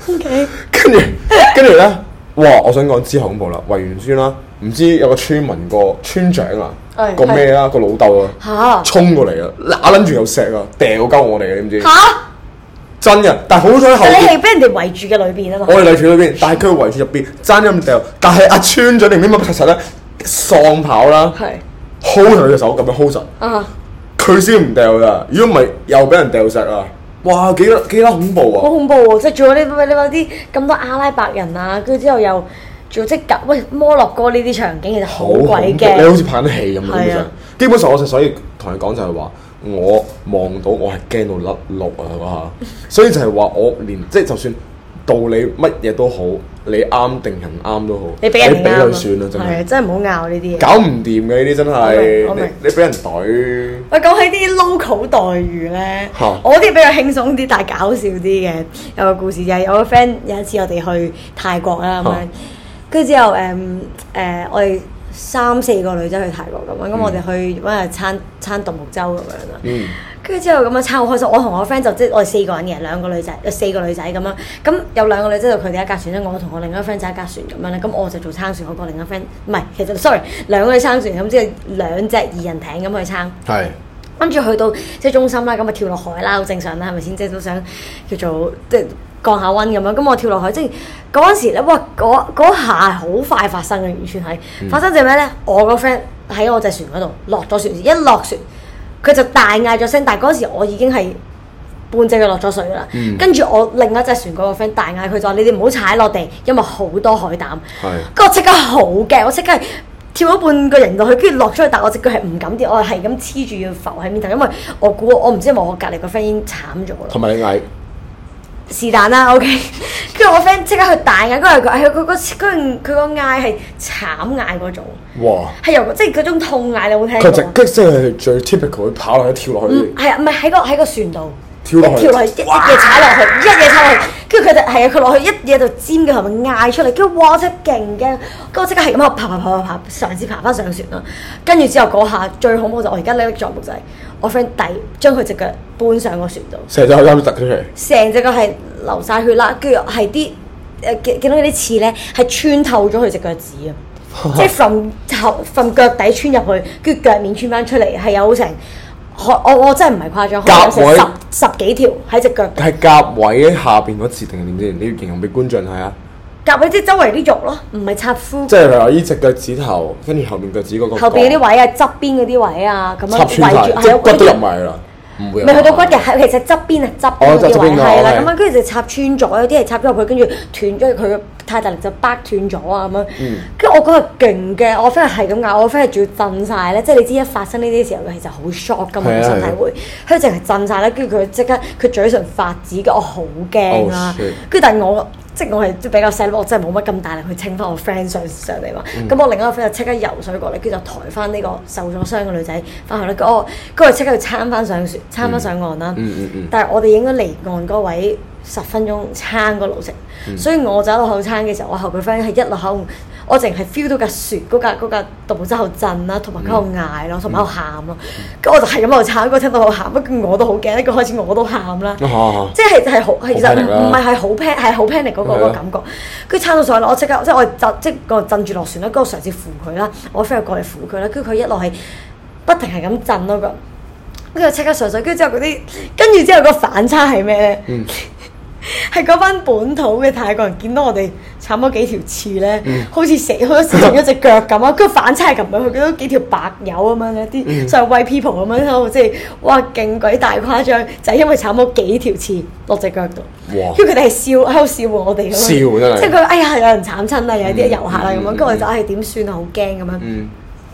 [SPEAKER 1] O K。
[SPEAKER 2] 跟住跟住咧，哇！我想講之後恐怖啦，圍完村啦，唔知有個村民個村長啊，
[SPEAKER 1] 哎係
[SPEAKER 2] 個咩啦，個老豆啊。
[SPEAKER 1] 嚇！
[SPEAKER 2] 衝過嚟啊！揦撚住嚿石啊，掉鳩我哋嘅，你知唔知？
[SPEAKER 1] 嚇！
[SPEAKER 2] 真嘅，但係好彩後
[SPEAKER 1] 但你
[SPEAKER 2] 邊，
[SPEAKER 1] 係俾人哋圍住嘅裏邊啊嘛
[SPEAKER 2] 我。哋女柱嗰邊，但係佢圍住入邊爭咁掉，但係阿村長定唔知乜柒柒咧，喪跑啦
[SPEAKER 1] 係
[SPEAKER 2] ，hold 住佢隻手咁樣 hold 實，
[SPEAKER 1] 啊，
[SPEAKER 2] 佢先唔掉噶。如果唔係，又俾人掉石啊！哇，幾多幾多恐
[SPEAKER 1] 好
[SPEAKER 2] 怖啊！
[SPEAKER 1] 恐怖喎！即係仲有呢你話啲咁多阿拉伯人啊，跟住之後又仲有即係喂摩洛哥呢啲場景，其實好鬼
[SPEAKER 2] 恐怖你好
[SPEAKER 1] 驚。
[SPEAKER 2] 似拍緊戲咁樣。基本
[SPEAKER 1] 係
[SPEAKER 2] 上
[SPEAKER 1] 啊，
[SPEAKER 2] 基本上我就所以同你講就係話， 我望到我係驚到甩碌啊嗰下，所以就係話我連即係就算道理乜嘢都好，你啱定人啱都好，
[SPEAKER 1] 你俾
[SPEAKER 2] 你
[SPEAKER 1] 人
[SPEAKER 2] 俾
[SPEAKER 1] 哋啱啊
[SPEAKER 2] 佢算啦，真
[SPEAKER 1] 係啊啊
[SPEAKER 2] 係
[SPEAKER 1] 真係唔好拗呢啲嘢。
[SPEAKER 2] 搞唔掂嘅呢啲真係
[SPEAKER 1] 我明我，
[SPEAKER 2] 你
[SPEAKER 1] 明
[SPEAKER 2] 你俾人懟。
[SPEAKER 1] 喂，講起啲 local 待遇咧
[SPEAKER 2] 嚇，
[SPEAKER 1] 我啲比較輕鬆啲，但係搞笑啲嘅。有個故事就係有個 friend 有一次我哋去泰國啦咁樣
[SPEAKER 2] 嚇，
[SPEAKER 1] 跟住之後誒誒，我哋三四個女仔去泰國咁樣，咁我哋去揾日餐餐獨木舟咁樣啦。
[SPEAKER 2] 嗯，
[SPEAKER 1] 跟住之後咁樣啊餐好開心，我同我 friend 就即係我哋四個人嘅，兩個女仔，有四個女仔咁樣。咁有兩個女仔就佢哋一架船咧，我同我另一個 friend 就一架船咁樣咧。咁我就做撐船嗰個，另一個 friend 唔係，其實 sorry，兩個去撐船咁即係兩隻二人艇咁去撐。
[SPEAKER 2] 係
[SPEAKER 1] 跟住去到即係中心啦，咁啊跳落海啦，好正常啦，係咪先？即係都想叫做即係降下温咁樣。咁我跳落海，即係嗰陣時咧，哇！嗰嗰下係好快發生嘅，完全係發生就係咩咧？我個 friend 喺我隻船嗰度落咗船，一落船佢就大嗌咗聲，但係嗰陣時我已經係。半隻腳落咗水啦，跟住、我另一隻船嗰個 friend 大嗌佢就話：你哋唔好踩落地，因為好多海膽。
[SPEAKER 2] 係
[SPEAKER 1] 跟住我即刻好驚，我即刻係跳咗半個人落去，跟住落咗去，但我隻腳係唔敢跌，我係咁黐住要浮喺面頭，因為我估我唔知係咪我隔離個 friend 已經慘咗啦。
[SPEAKER 2] 同埋你嗌
[SPEAKER 1] 是但啦，OK。跟住我 friend 即刻去大嗌，跟住佢係佢個嗰陣佢個嗌係慘嗌嗰種，
[SPEAKER 2] 哇，
[SPEAKER 1] 係由即係嗰種痛嗌，你有冇聽
[SPEAKER 2] 佢直
[SPEAKER 1] 過？
[SPEAKER 2] 即即係最 typical，佢跑落去跳落去
[SPEAKER 1] 嗯，，係啊，唔係喺個喺個船度
[SPEAKER 2] 跳落去
[SPEAKER 1] 跳落去一一嘢踩落去，一嘢踩落去，跟住佢就係啊，佢落去一嘢就尖嘅頭咪嗌出嚟，跟住哇真係勁驚，跟住我即刻係咁喺度爬爬爬爬爬，嘗試爬翻上船啦。跟住之後嗰下最恐怖就我而家叻作目就係我 friend 底將佢只腳搬上個船度，
[SPEAKER 2] 成隻口音突出嚟，
[SPEAKER 1] 成隻腳係流晒血啦，跟住係啲誒見見到啲刺咧係穿透咗佢只腳趾啊！即係 from 頭 from 腳底穿入去，跟住腳面穿翻出嚟，係有成可我我真係唔係誇張，可能有
[SPEAKER 2] 夾位
[SPEAKER 1] 成十十幾條喺只腳
[SPEAKER 2] 係夾位下邊嗰節定係點先？你要形容俾觀眾睇啊！
[SPEAKER 1] 夾喺即係周圍啲肉咯，唔係插膚
[SPEAKER 2] 即係譬如話呢只腳趾頭，跟住後面腳趾嗰個
[SPEAKER 1] 後邊嗰
[SPEAKER 2] 角
[SPEAKER 1] 啲位啊、側邊嗰啲位啊，咁樣
[SPEAKER 2] 插穿晒
[SPEAKER 1] 圍，住
[SPEAKER 2] 即係
[SPEAKER 1] 啊
[SPEAKER 2] 骨都入埋啦，唔會入啊
[SPEAKER 1] 未去到骨
[SPEAKER 2] 埋
[SPEAKER 1] 嘅，係其實側邊啊，側邊嗰
[SPEAKER 2] 哦側
[SPEAKER 1] 啲位
[SPEAKER 2] 邊嗰個
[SPEAKER 1] 係啦，
[SPEAKER 2] 係
[SPEAKER 1] 咁樣跟住就插穿咗，有啲係插咗入去，跟住斷咗佢太大力就掰斷咗啊咁樣。
[SPEAKER 2] 嗯
[SPEAKER 1] 跟住我嗰日勁嘅，我 friend 係咁嗌，我 friend 係仲要震晒咧，即係你知一發生呢啲時候，佢其實好 shock 噶嘛，
[SPEAKER 2] 係啊
[SPEAKER 1] 個身體
[SPEAKER 2] 係啊
[SPEAKER 1] 會，佢淨係震晒咧，跟住佢即刻佢嘴唇發紫嘅，我好驚啊啦
[SPEAKER 2] Oh shit。
[SPEAKER 1] 跟住但係我即係我係比較細粒，我真係冇乜咁大力去清翻我 friend 上上嚟嘛。
[SPEAKER 2] 嗯
[SPEAKER 1] 咁、我另一個 friend 就即刻游水過嚟，跟住就抬翻呢個受咗傷嘅女仔翻去啦。跟住我跟住即刻要撐翻上船，撐翻上岸啦。
[SPEAKER 2] 嗯嗯嗯
[SPEAKER 1] 但係我哋應該離岸嗰位十分鐘撐個路程，
[SPEAKER 2] 嗯
[SPEAKER 1] 所以我就喺度口撐嘅時候，我後邊 friend 係一路口，我淨係 feel 到架船嗰架嗰架獨木舟喺度震啦，同埋佢喺度嗌咯，同
[SPEAKER 2] 嗯
[SPEAKER 1] 埋喺度喊咯。跟住我就係咁喺度撐，嗰個聽到我喊，不過我都好驚，跟住開始我都喊啦。
[SPEAKER 2] 啊啊
[SPEAKER 1] 即係係好，其實唔
[SPEAKER 2] panic 啦
[SPEAKER 1] 唔係係好 panic，係好 panic 嗰個嗰
[SPEAKER 2] 係
[SPEAKER 1] 個
[SPEAKER 2] 啊
[SPEAKER 1] 感覺。跟住撐到上嚟，我即刻即係我就即係個震住落船啦，跟住我嘗試扶佢啦，我 friend 又過嚟扶佢啦，跟住佢一路係不停係咁震咯個，跟住我即刻上水，跟住之後嗰啲，跟住之後個反差係咩咧？
[SPEAKER 2] 嗯
[SPEAKER 1] 係嗰班本土嘅泰國人見到我哋慘咗幾條刺咧，
[SPEAKER 2] 嗯
[SPEAKER 1] 好似死好似剩咗隻腳咁 啊！跟住反差係咁樣，佢見到幾條白友咁樣咧，
[SPEAKER 2] 嗯
[SPEAKER 1] 啲所謂 white people 咁樣喺度，即係哇勁鬼大誇張，就係因為慘咗幾條刺落隻腳度
[SPEAKER 2] 哇，
[SPEAKER 1] 跟住佢哋係笑喺度笑我哋咁樣，
[SPEAKER 2] 笑真係
[SPEAKER 1] 即係佢哎呀有人慘親啦，有啲遊客啦咁樣，跟住我哋就唉點算啊，好驚咁樣。
[SPEAKER 2] 嗯，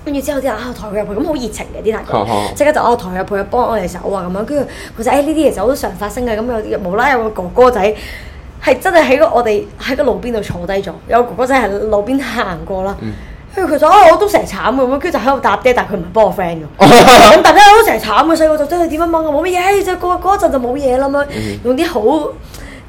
[SPEAKER 1] 跟住之後啲人啊抬佢入去，咁好熱情嘅啲大
[SPEAKER 2] 哈哈
[SPEAKER 1] 哥，即刻就啊抬佢入去幫我哋手啊咁樣，跟住佢就誒呢啲嘢就好常發生嘅，咁有無啦啦有個哥哥仔係真係喺個我哋喺個路邊度坐低咗，有個哥哥仔喺路邊行過啦。
[SPEAKER 2] 嗯
[SPEAKER 1] 跟住佢就啊，我都成日慘嘅咁樣，跟住就喺度搭爹，但係佢唔係幫我 friend
[SPEAKER 2] 哦
[SPEAKER 1] 嘅，咁搭爹我都成日慘嘅，細個就真係點樣掹啊，冇乜嘢，誒就過嗰陣就冇嘢啦咁樣，用啲好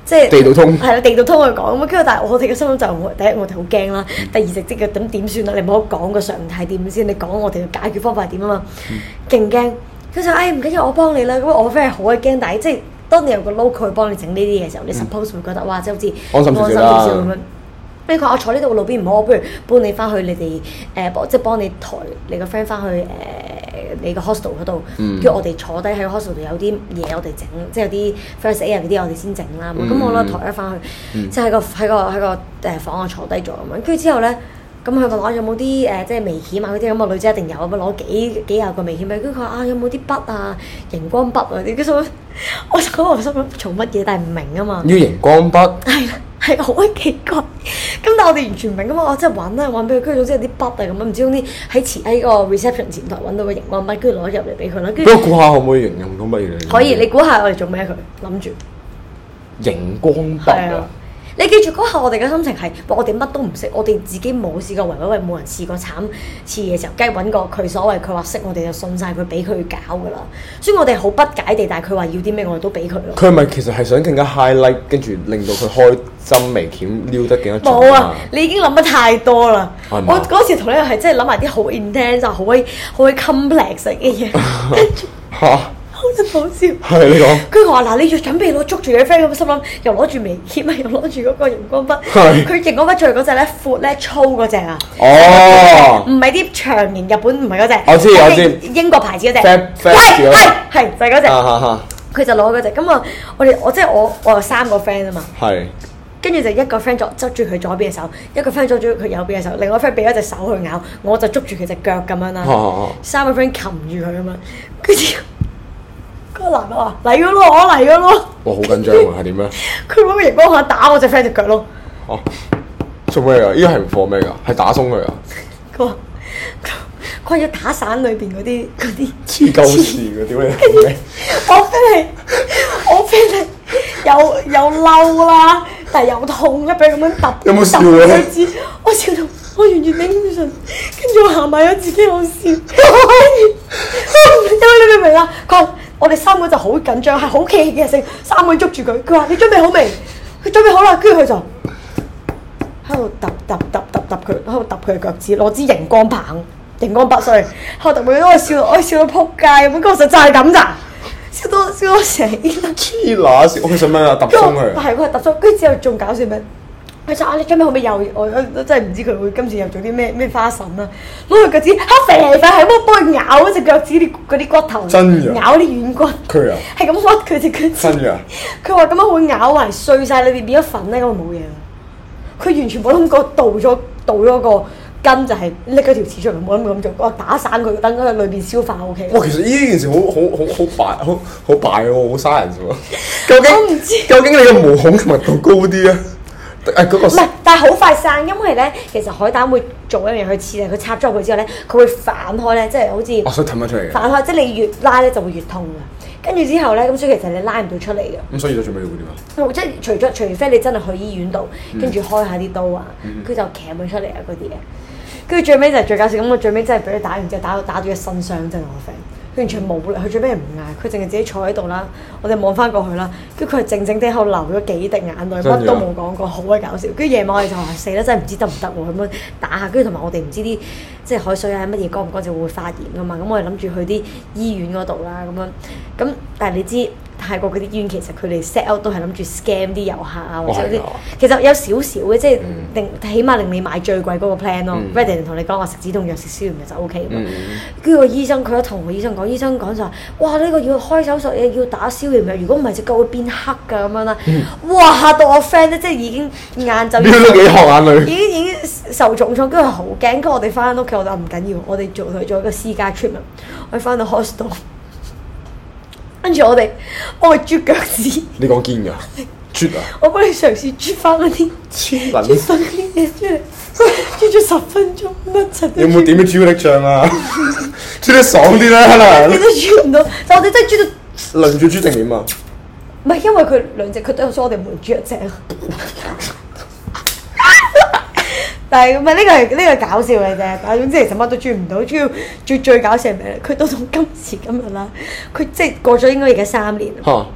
[SPEAKER 1] 即係
[SPEAKER 2] 嗯地道通
[SPEAKER 1] 係啦，地道通去講咁，跟住但係我哋嘅心諗就我第一我哋好驚啦，
[SPEAKER 2] 嗯
[SPEAKER 1] 第二直即嘅咁點算啦？你唔好講個常態點先，你講我哋嘅解決方法係點啊嘛，
[SPEAKER 2] 嗯
[SPEAKER 1] 勁驚。佢就哎誒唔緊要，我幫你啦。咁我 friend 係好鬼驚，但係即係當你有個 local 去幫你整呢啲嘢嘅時候，你 suppose 會覺得哇，即係好似
[SPEAKER 2] 嗯安心少少啦
[SPEAKER 1] 安咁樣。跟住佢話我坐呢度個路邊唔好，我不如搬你翻去你哋誒、幫即係幫你抬你個 friend 翻去誒、呃你個 hostel 嗰度，
[SPEAKER 2] 嗯
[SPEAKER 1] 跟住、我哋坐低喺 hostel 度有啲嘢我哋整，即係有啲 first aid 啊嗰啲我哋先整啦。咁、
[SPEAKER 2] 嗯
[SPEAKER 1] 我咧抬咗翻去，即係喺個喺個喺個誒房我坐低咗咁樣，跟住之後咧。咁佢問我有冇啲誒即係眉鉗啊嗰啲，咁個女仔一定有，咁啊攞幾幾廿個眉鉗俾佢，跟住佢話啊有冇啲筆啊熒光筆啊啲，跟住我 我就我心諗做乜嘢，但係唔明啊嘛。
[SPEAKER 2] 要熒光筆，
[SPEAKER 1] 係啦，係好鬼奇怪。咁但係我哋完全唔明啊噶嘛，我真係揾啦揾俾佢，跟住總之有啲筆啊咁樣，唔知用啲喺前喺個 reception 前台揾到個熒光筆，跟住攞入嚟俾佢啦。跟
[SPEAKER 2] 俾我
[SPEAKER 1] 住
[SPEAKER 2] 估下可唔可以形容到乜嘢嚟？
[SPEAKER 1] 啊可以，你估下我哋做咩佢諗住
[SPEAKER 2] 熒光
[SPEAKER 1] 係啊
[SPEAKER 2] 筆啊，？
[SPEAKER 1] 你記住嗰下我哋嘅心情係，哇我哋乜都唔識，我哋自己冇試過圍圍圍，冇人試過慘次嘅時候，梗係揾個佢所謂佢話識，我哋就信晒佢，俾佢搞噶啦。所以我哋好不解地，但係佢話要啲咩，我哋都俾佢咯。
[SPEAKER 2] 佢係咪其實係想更加 highlight，跟住令到佢開針眉鉗撩得更加
[SPEAKER 1] 冇
[SPEAKER 2] 準
[SPEAKER 1] 啊！你已經諗得太多啦。
[SPEAKER 2] 係嘛
[SPEAKER 1] 我嗰時同你係真係諗埋啲好 intense 啊，好鬼好鬼 complex 啊嘅 嘢，跟住
[SPEAKER 2] 嚇，
[SPEAKER 1] 好似好笑。
[SPEAKER 2] 係啊你 講
[SPEAKER 1] 佢話：嗱，你要準備攞捉住你 friend 咁，心諗又攞住眉鉗啊，又攞住嗰個熒光筆。
[SPEAKER 2] 係
[SPEAKER 1] 佢熒光筆最嗰只咧，闊咧粗嗰只啊，
[SPEAKER 2] 哦
[SPEAKER 1] 唔係啲長形日本唔係嗰只，
[SPEAKER 2] 我知我知
[SPEAKER 1] 係英國牌子嗰只，
[SPEAKER 2] Fab- Fab
[SPEAKER 1] 係
[SPEAKER 2] 嗰隻
[SPEAKER 1] 係係就係嗰
[SPEAKER 2] 啊
[SPEAKER 1] 只，
[SPEAKER 2] 哈哈，
[SPEAKER 1] 佢就攞嗰只。咁啊，我哋我即係我我有三個 friend 啊嘛。
[SPEAKER 2] 係
[SPEAKER 1] 跟住就一個 friend 捉捉住佢左邊嘅手，一個 friend 捉住佢右邊嘅手，另外一個 friend 俾咗隻手佢咬，我就捉住佢隻腳咁樣啦
[SPEAKER 2] 哦哦哦。
[SPEAKER 1] 三個 friend 擒住佢咁樣，跟住嗰個男嘅話嚟咗咯，我嚟咗咯，
[SPEAKER 2] 哇好緊張喎，係點樣？
[SPEAKER 1] 佢攞個熒光棒打我隻 friend 隻腳咯。
[SPEAKER 2] 哦，做咩啊㗎？呢個係唔放咩㗎？係打鬆佢㗎，啊
[SPEAKER 1] 佢話佢話要打散裏邊嗰啲嗰啲。
[SPEAKER 2] 黐鳩線啊㗎，屌你！
[SPEAKER 1] 我 friend 係我 friend 係又又嬲啦，但係又痛咧，俾佢咁樣揼
[SPEAKER 2] 有冇笑啊
[SPEAKER 1] 揼佢知我笑到我完全頂唔順，跟住我行埋咗自己，我笑，跟住因為你明唔明啊？佢話我哋三個就好緊張，係好企嘅性，三個人捉住佢，佢話你準備好未？佢準備好啦，跟住佢就。喺度揼揼揼揼揼佢，喺度揼佢嘅腳趾，攞支熒光棒、熒光筆碎，喺度揼佢，我笑到我笑到撲街咁，嗰陣就係咁咋，笑到笑到成身。
[SPEAKER 2] 黐乸線，我佢想咩啊？揼
[SPEAKER 1] 跟住
[SPEAKER 2] 鬆
[SPEAKER 1] 我
[SPEAKER 2] 佢，
[SPEAKER 1] 係佢係揼咗，跟住之後仲搞笑咩？佢就啊，你最尾可唔可以又我我真係唔知佢會今次又做啲咩咩花神啦、攞佢腳趾黑肥肥，係咁幫佢咬嗰只腳趾啲嗰啲骨頭，啊
[SPEAKER 2] 真㗎
[SPEAKER 1] 咬啲軟骨，
[SPEAKER 2] 佢啊
[SPEAKER 1] 係咁屈佢只腳趾。
[SPEAKER 2] 真㗎。
[SPEAKER 1] 佢話咁樣會咬埋碎晒裏邊變咗粉啊咧，咁就冇嘢啦。佢完全冇諗過倒咗倒咗個根就係拎咗條刺出嚟，冇諗過咁做。我打散佢，等佢裏邊消化 O K。
[SPEAKER 2] 哇，其實呢件事好好好好敗，好好敗喎，好 science 喎。究竟
[SPEAKER 1] 我唔知
[SPEAKER 2] 究竟你個毛孔嘅密度高啲啊？誒嗰個
[SPEAKER 1] 唔係，但係好快散，因為咧其實海膽會做一樣嘢，佢刺嚟，佢插咗入去之後咧，佢會反開咧，即係好似。
[SPEAKER 2] 我想氹翻出嚟嘅，
[SPEAKER 1] 反開，即係你越拉咧就會越痛嘅。跟住之後咧，咁所以其實你拉唔到出嚟嘅。
[SPEAKER 2] 咁所以就最尾會點啊？
[SPEAKER 1] 即係除咗除非你真係去醫院度，跟住開下啲刀啊，佢就鉗佢出嚟啊嗰啲嘢。跟住最尾就係最搞笑，咁我最尾真係俾佢打完之後打到打到一身傷真係我 friend，佢完全冇力，佢最尾唔嗌，佢淨係自己坐喺度啦。我哋望翻過去啦，跟住佢係靜靜地喺度流咗幾滴眼淚，
[SPEAKER 2] 真㗎
[SPEAKER 1] 乜都冇講過，好鬼搞笑。跟住夜晚我哋就話死啦，真係唔知得唔得喎咁樣打下，跟住同埋我哋唔知啲即係海水啊乜嘢乾唔乾淨會發炎噶嘛，咁我哋諗住去啲醫院嗰度啦咁樣，咁但係你知泰國嗰啲醫院其實佢哋 set out 都係諗住 scam 啲遊客啊，或者
[SPEAKER 2] 係
[SPEAKER 1] 啲
[SPEAKER 2] 啊
[SPEAKER 1] 其實有少少嘅，即係
[SPEAKER 2] 嗯
[SPEAKER 1] 定起碼令你買最貴嗰個 plan 咯
[SPEAKER 2] 嗯。
[SPEAKER 1] Ready 同你講話食止痛藥食消炎藥就 O K 咁
[SPEAKER 2] 嗯
[SPEAKER 1] 樣。跟住個醫生佢一同個醫生講，醫生講就話：哇呢個要開手術，你要打消炎藥，如果唔係隻腳會變黑㗎咁樣啦。
[SPEAKER 2] 嗯
[SPEAKER 1] 哇嚇到我 friend 咧，即係已經晏 晝已經
[SPEAKER 2] 撩咗幾行眼
[SPEAKER 1] 已
[SPEAKER 2] 淚，
[SPEAKER 1] 經已經受重創，跟住好驚。跟住我哋翻屋企，我就話唔緊要，我哋做佢做一個私家 treatment。我哋翻到 hostel，跟住我哋幫佢啜腳趾，
[SPEAKER 2] 你講堅㗎，啜啊，
[SPEAKER 1] 我幫你嘗試啜翻嗰啲。
[SPEAKER 2] 黐
[SPEAKER 1] 啜
[SPEAKER 2] 撚，
[SPEAKER 1] 翻啲嘢出嚟，啜咗十分鐘，乜柒都
[SPEAKER 2] 有冇
[SPEAKER 1] 啜
[SPEAKER 2] 點啲朱古力醬啊？ 啜得爽啲啦，可
[SPEAKER 1] 你
[SPEAKER 2] 能
[SPEAKER 1] 都啜唔到。但我哋真係啜到，
[SPEAKER 2] 輪住啜定點啊？
[SPEAKER 1] 唔係因為佢兩隻，佢都有所以我哋每人啜一隻咯。但係唔係呢個係呢個搞笑嘅啫，但係總之其實乜都啜唔到，主要最最搞笑係咩咧？佢到到今時今日啦，佢即係過咗應該而家三年啦。
[SPEAKER 2] 嚇！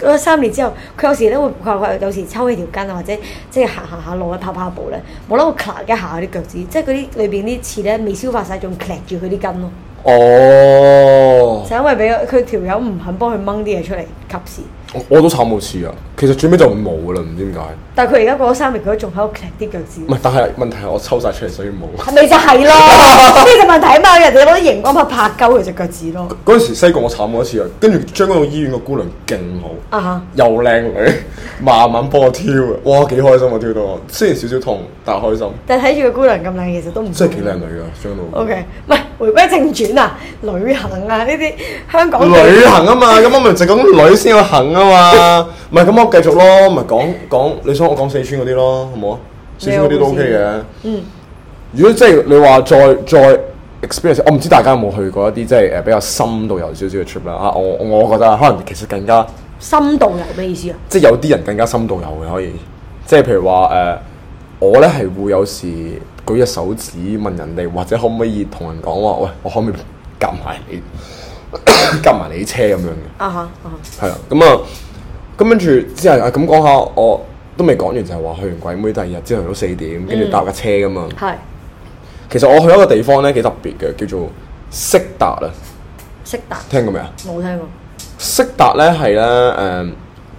[SPEAKER 1] 跟嗰三年之後，佢有時咧會佢話佢有時抽起條筋啊，或者即係行行下路咧跑跑步咧，冇啦會咔一下啲腳趾，即係嗰啲裏邊啲刺咧未消化晒，仲擸住佢啲筋咯，
[SPEAKER 2] 哦，
[SPEAKER 1] 就因為俾佢佢條友唔肯幫佢掹啲嘢出嚟及時。
[SPEAKER 2] 我我都慘冇刺啊，其實最尾就冇㗎啦，唔知點解。
[SPEAKER 1] 但係佢而家過咗三年，佢都仲喺度擸啲腳趾
[SPEAKER 2] 唔，係，但係問題係我抽晒出嚟，所以冇。
[SPEAKER 1] 係咪就係咯？ 呢就問題啊嘛，人哋攞啲熒光棒拍鳩佢隻腳趾咯。
[SPEAKER 2] 嗰陣時西貢我慘過一次啊，跟住將軍澳醫院個姑娘勁好，
[SPEAKER 1] 啊哈！
[SPEAKER 2] 又靚女，慢慢幫我挑啊，哇幾開心啊挑到我，雖然少少痛，但係開心，
[SPEAKER 1] 但係睇住個姑娘咁靚，其實都唔
[SPEAKER 2] 真係幾靚啊女噶將軍澳。
[SPEAKER 1] O K，唔係回歸正傳啊，旅行啊呢啲香港地
[SPEAKER 2] 旅行啊嘛，咁我咪就講女先有行啊嘛，唔係咁我繼續咯，咪講講你想我講四川嗰啲咯，好唔好啊？四川嗰啲都 OK 嘅。
[SPEAKER 1] 嗯。
[SPEAKER 2] 如果即係你話再再 experience，我唔知大家有冇去過一啲即係誒比較深度遊少少嘅 trip 啦啊！我我覺得可能其實更加
[SPEAKER 1] 深度遊咩意思啊？
[SPEAKER 2] 即係有啲人更加深度遊嘅可以，即係譬如話誒、呃我咧係會有時舉隻手指問人哋，或者可唔可以同人講話，喂，我可唔可以夾埋你 夾埋你車咁樣嘅？
[SPEAKER 1] 啊哈啊哈
[SPEAKER 2] 係啦，咁啊，咁跟住之後啊，咁講下我都未講完，就係話去完鬼妹第二日朝頭早四點，跟住搭架車噶嘛。
[SPEAKER 1] 係
[SPEAKER 2] 其實我去一個地方咧幾特別嘅，叫做色達啊，
[SPEAKER 1] 識答
[SPEAKER 2] 聽過未啊？
[SPEAKER 1] 冇聽過，
[SPEAKER 2] 色達咧係咧誒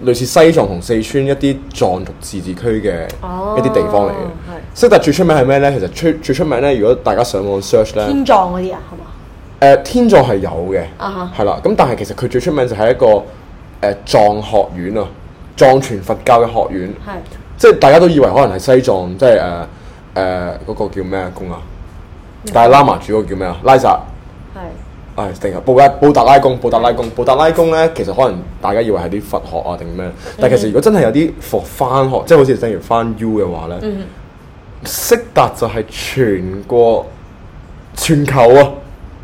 [SPEAKER 2] 類似西藏同四川一啲藏族自治區嘅
[SPEAKER 1] 哦
[SPEAKER 2] 一啲地方嚟嘅。
[SPEAKER 1] 係
[SPEAKER 2] 色達最出名係咩咧？其實最最出名咧，如果大家上網 search 咧，誒、
[SPEAKER 1] 天葬嗰啲啊係嘛？
[SPEAKER 2] 天座係有嘅，
[SPEAKER 1] 啊哈
[SPEAKER 2] 係啦、咁但係其實佢最出名就係一個誒、藏學院啊，藏傳佛教嘅學院，
[SPEAKER 1] 係
[SPEAKER 2] 即係大家都以為可能係西藏，即係誒誒嗰個叫咩宮啊？但係喇嘛主嗰個叫咩啊？拉薩。
[SPEAKER 1] 係
[SPEAKER 2] 唉，定係布拉布達拉宮，布達拉宮，布達拉宮咧，其實可能大家以為係啲佛學啊定咩，但
[SPEAKER 1] 嗯
[SPEAKER 2] 係其實如果真係有啲佛翻學，即係好似正如翻 U 嘅話咧，
[SPEAKER 1] 嗯
[SPEAKER 2] 色達就係全國全球啊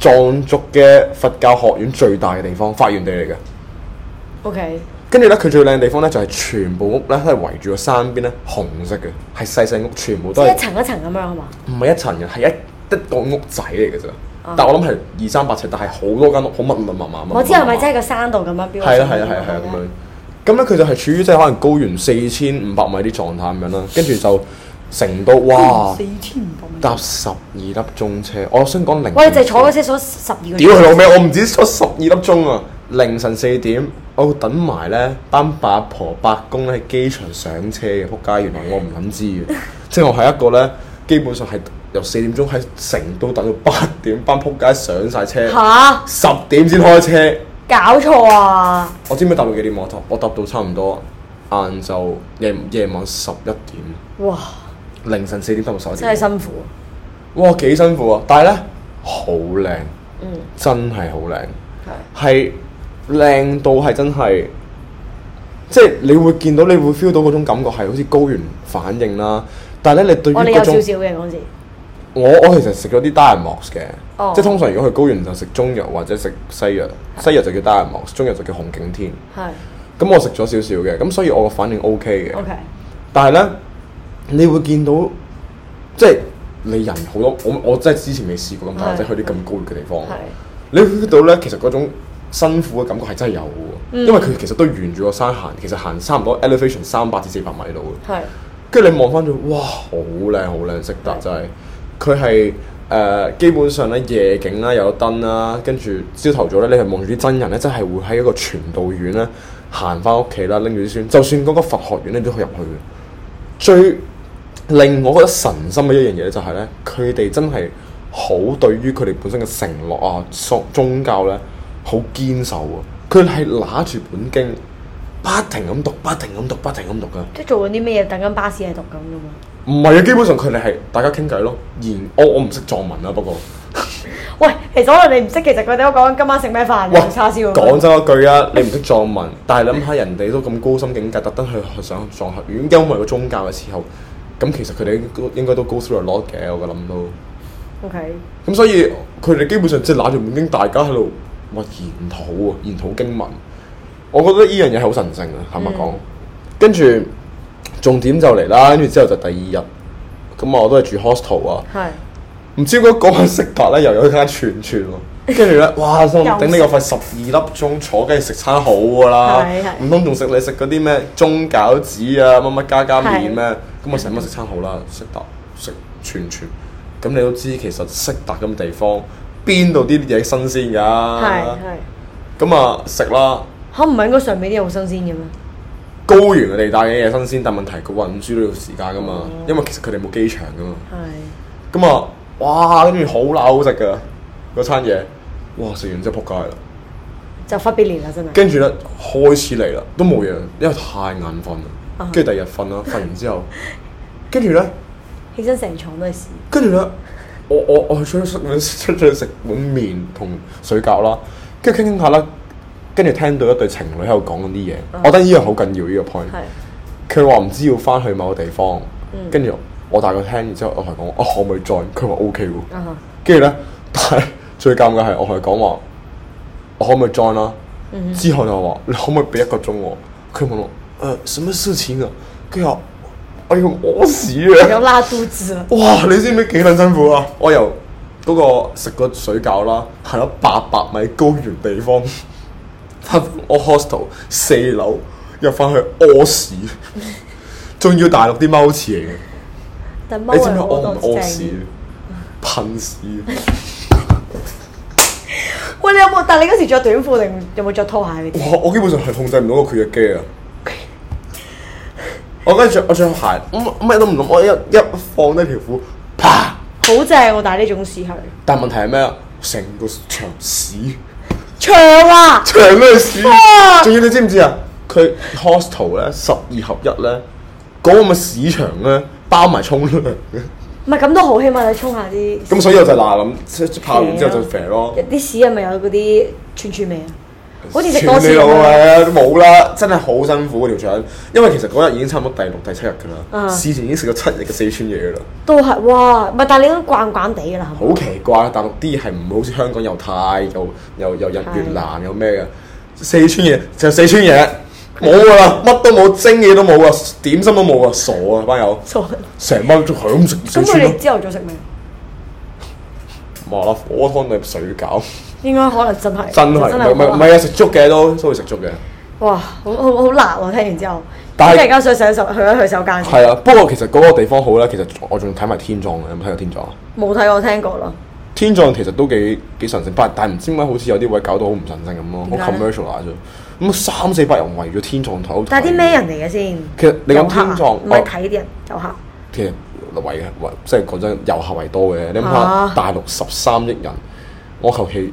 [SPEAKER 2] 藏族嘅佛教學院最大嘅地方，發源地嚟嘅。
[SPEAKER 1] OK
[SPEAKER 2] 跟住咧，佢最靚嘅地方咧就係全部屋咧都係圍住個山邊咧紅色嘅，係細細屋，全部
[SPEAKER 1] 即
[SPEAKER 2] 都
[SPEAKER 1] 係
[SPEAKER 2] 係
[SPEAKER 1] 一層一層咁樣係嘛？
[SPEAKER 2] 唔係一層嘅，係一一個屋仔嚟嘅啫。但我諗係二三百尺，但係好多間屋，好密密密麻麻。
[SPEAKER 1] 我知係咪真係
[SPEAKER 2] 係？
[SPEAKER 1] 個山度咁樣標？
[SPEAKER 2] 係啦係啦係啦係啦咁樣。咁咧佢就係處於即係可能高原四千五百米啲狀態咁樣啦，跟住就成都哇
[SPEAKER 1] 嗯四千五百米。
[SPEAKER 2] 搭十二粒鐘車，我想講零。
[SPEAKER 1] 喂，你就係坐嗰車坐十二個
[SPEAKER 2] 屌佢
[SPEAKER 1] 鐘。
[SPEAKER 2] 老味，我唔止坐十二粒鐘啊！凌晨四點，我等埋咧班八婆八公咧喺機場上車嘅，仆街！原來我唔撚知嘅， 即係我係一個咧，基本上係由四點鐘喺成都等到八點，班仆街上晒車，
[SPEAKER 1] 嚇！
[SPEAKER 2] 十點先開車。
[SPEAKER 1] 搞錯啊！
[SPEAKER 2] 我知唔知搭到幾點我搭？我搭到差唔多晏晝夜夜晚十一點，
[SPEAKER 1] 哇！
[SPEAKER 2] 凌晨四點搭到十一點。
[SPEAKER 1] 真係辛苦。
[SPEAKER 2] 哇，幾辛苦啊！但係咧，好靚，真係好靚，係靚到係真係，即係你會見到，你會 feel 到嗰種感覺係好似高原反應啦。但係咧，你對於
[SPEAKER 1] 我哋有
[SPEAKER 2] 嗰
[SPEAKER 1] 少
[SPEAKER 2] 種，
[SPEAKER 1] 少嘅嗰陣時。
[SPEAKER 2] 我我其實食咗啲 Diamox 嘅，
[SPEAKER 1] 哦
[SPEAKER 2] 即係通常如果去高原就食中藥或者食西藥，西藥就叫 Diamox，中藥就叫紅景天。
[SPEAKER 1] 係。
[SPEAKER 2] 咁我食咗少少嘅，咁所以我個反應 OK 嘅。
[SPEAKER 1] OK。
[SPEAKER 2] 但係咧，你會見到即係你人好多，我我真係之前未試過咁大，
[SPEAKER 1] 係
[SPEAKER 2] 即係去啲咁高嘅地方，
[SPEAKER 1] 係。
[SPEAKER 2] 你會 feel 到咧，其實嗰種辛苦嘅感覺係真係有嘅，
[SPEAKER 1] 嗯
[SPEAKER 2] 因為佢其實都沿住個山行，其實行差唔多 elevation 三百至四百米度嘅，
[SPEAKER 1] 係。
[SPEAKER 2] 跟住你望翻咗，哇，好靚好靚，色達真係，佢係。誒、基本上咧夜景啦，有燈啦，跟住朝頭早咧，你係望住啲真人咧，真係會喺一個傳道院咧行翻屋企啦，拎住啲書，就算嗰個佛學院你都可以入去嘅。最令我覺得神心嘅一樣嘢咧，就係咧，佢哋真係好對於佢哋本身嘅承諾啊、宗宗教咧，好堅守啊！佢係拿住本經，不停咁讀，不停咁讀，不停咁讀噶。
[SPEAKER 1] 即係做緊啲咩嘢？等緊巴士係讀咁噶嘛？
[SPEAKER 2] 唔係啊，基本上佢哋係大家傾偈咯。研我我唔識藏文啊，不過，
[SPEAKER 1] 喂，其實可能你唔識，其實佢哋都講緊今晚食咩飯，
[SPEAKER 2] 喂
[SPEAKER 1] 有，叉燒咁樣。
[SPEAKER 2] 講真一句啊，你唔識藏文，但係諗下人哋都咁高深境界，特登去學上藏學院，因為個宗教嘅時候，咁其實佢哋應該應該都 go through a lot 嘅，我諗都。
[SPEAKER 1] OK。
[SPEAKER 2] 咁所以佢哋基本上即係揦住本經，大家喺度話研討啊，研討經文。我覺得呢樣嘢係好神聖啊，坦白
[SPEAKER 1] 嗯
[SPEAKER 2] 講。跟住重點就嚟啦，跟住之後就第二日，咁我都係住 hostel 啊。
[SPEAKER 1] 係。
[SPEAKER 2] 唔知嗰嗰個食法咧，又有一間串 串喎。跟住咧，哇！心諗頂你個肺十二粒鐘坐，跟住食餐好㗎啦
[SPEAKER 1] 係，係
[SPEAKER 2] 唔通仲食你食嗰啲咩中餃子啊、乜乜加加麵
[SPEAKER 1] 係
[SPEAKER 2] 咩？咁我使乜食餐好啦？食達食串串，咁你都知其實食達咁地方邊度啲嘢新鮮
[SPEAKER 1] 係
[SPEAKER 2] 㗎？
[SPEAKER 1] 係。
[SPEAKER 2] 咁啊食啦，
[SPEAKER 1] 嚇唔係應該上面啲嘢好新鮮嘅咩？
[SPEAKER 2] 高原嘅地帶嘅嘢新鮮，但問題佢運輸都要時間㗎
[SPEAKER 1] 哦
[SPEAKER 2] 嘛，因為其實佢哋冇機場㗎嘛。
[SPEAKER 1] 係。
[SPEAKER 2] 咁啊，哇！跟住好乸好食噶嗰餐嘢，哇！食完之後撲街啦，
[SPEAKER 1] 就忽必烈啦，真係。
[SPEAKER 2] 跟住咧開始嚟啦，都冇嘢，因為太眼瞓啦。跟住第二日瞓啦，瞓完之後，跟住咧，
[SPEAKER 1] 起身成床都係屎。
[SPEAKER 2] 跟住咧，我我我去出出出出去食碗麵同水餃啦，跟住傾傾下啦，跟住聽到一對情侶喺度講緊啲嘢，我覺得呢樣好緊要呢個 point。
[SPEAKER 1] 係。
[SPEAKER 2] 佢話唔知要翻去某個地方，跟住我大概聽完之後，我同佢講：啊我可唔可以 join？佢話 O K 喎。
[SPEAKER 1] 啊哈。
[SPEAKER 2] 跟住咧， 但係最尷尬係我同佢講話，我可唔可以 join 啦、
[SPEAKER 1] 嗯
[SPEAKER 2] 啊之後就話你可唔可以俾一個鐘我？佢問我誒、呃、什麼事情啊？跟住我我要屙屎啊！
[SPEAKER 1] 有拉肚子啦，
[SPEAKER 2] 哇！你知唔知幾撚辛苦啊？我由嗰個食個水餃啦，行咗八百米高原地方， 翻我 hostel 四樓入翻去 屙屎，仲要大陸啲踎廁嚟嘅。
[SPEAKER 1] 但踎
[SPEAKER 2] 你知唔
[SPEAKER 1] 係
[SPEAKER 2] 知
[SPEAKER 1] 好
[SPEAKER 2] 我唔
[SPEAKER 1] 多
[SPEAKER 2] 屙
[SPEAKER 1] 正
[SPEAKER 2] 屎？噴屎！
[SPEAKER 1] 喂，你有冇？但你嗰時着短褲定有冇着拖鞋嗰啲？
[SPEAKER 2] 哇！我基本上係控制唔到個佢嘅肌啊！我跟住着我着鞋，我咩都唔諗，我一一放低條褲，啪！
[SPEAKER 1] 好正喎！但係呢種屎係
[SPEAKER 2] 但問題係咩啊？成個長屎。
[SPEAKER 1] 長啊！
[SPEAKER 2] 長咩屎
[SPEAKER 1] 啊？
[SPEAKER 2] 仲要你知唔知啊？佢 hostel 咧十二合一咧，嗰、個咁嘅市場咧包埋沖涼嘅，
[SPEAKER 1] 唔係咁都好，起碼你沖下啲。
[SPEAKER 2] 咁所以我就嗱諗，即泡完之後就肥咯。嗯
[SPEAKER 1] 啲屎係咪有嗰啲串串味啊？好似食多
[SPEAKER 2] 全你
[SPEAKER 1] 次
[SPEAKER 2] 老
[SPEAKER 1] 咁樣。
[SPEAKER 2] 味啊！冇啦，真係好辛苦嗰條腸，因為其實嗰日已經差唔多第六、第七日㗎啦，
[SPEAKER 1] 嗯
[SPEAKER 2] 事前已經食咗七日嘅四川嘢㗎啦，
[SPEAKER 1] 都係哇！唔係，但係你都慣慣地㗎啦， 係咪
[SPEAKER 2] 好奇怪，大陸啲嘢係唔會好似香港又泰又又又日越南又咩嘅，四川嘢就四川嘢，冇㗎啦，乜都冇，蒸嘢都冇啊，點心都冇啊，傻啊班友！
[SPEAKER 1] 傻
[SPEAKER 2] 成班都係咁食
[SPEAKER 1] 咁
[SPEAKER 2] 四
[SPEAKER 1] 佢
[SPEAKER 2] 川咯
[SPEAKER 1] 哋，朝頭早食咩？
[SPEAKER 2] 麻辣火湯定係水 餃，
[SPEAKER 1] 應該可能真係
[SPEAKER 2] 真係唔係唔係唔係啊！食粥嘅都都會食粥嘅，
[SPEAKER 1] 哇！好好好辣喎！聽完之後，
[SPEAKER 2] 但係
[SPEAKER 1] 即係而家想上手去一去手間，
[SPEAKER 2] 係啊。不過其實嗰個地方好咧，其實我仲睇埋天葬嘅，有冇睇過天葬啊？
[SPEAKER 1] 冇睇過聽過啦。
[SPEAKER 2] 天葬其實都幾幾神聖，但係但係唔知點解好似有啲位搞到好唔神聖咁咯，
[SPEAKER 1] 點
[SPEAKER 2] 好
[SPEAKER 1] 解呢
[SPEAKER 2] commercial 啊啫。咁三四百人圍咗天葬台，
[SPEAKER 1] 但係啲咩人嚟嘅先？
[SPEAKER 2] 其實你講
[SPEAKER 1] 遊客啊
[SPEAKER 2] 天葬
[SPEAKER 1] 唔係
[SPEAKER 2] 哦
[SPEAKER 1] 睇啲人遊客。
[SPEAKER 2] 其實圍嘅圍，即係講真，遊客為多嘅。你諗下
[SPEAKER 1] 啊，
[SPEAKER 2] 大陸十三億人，我求其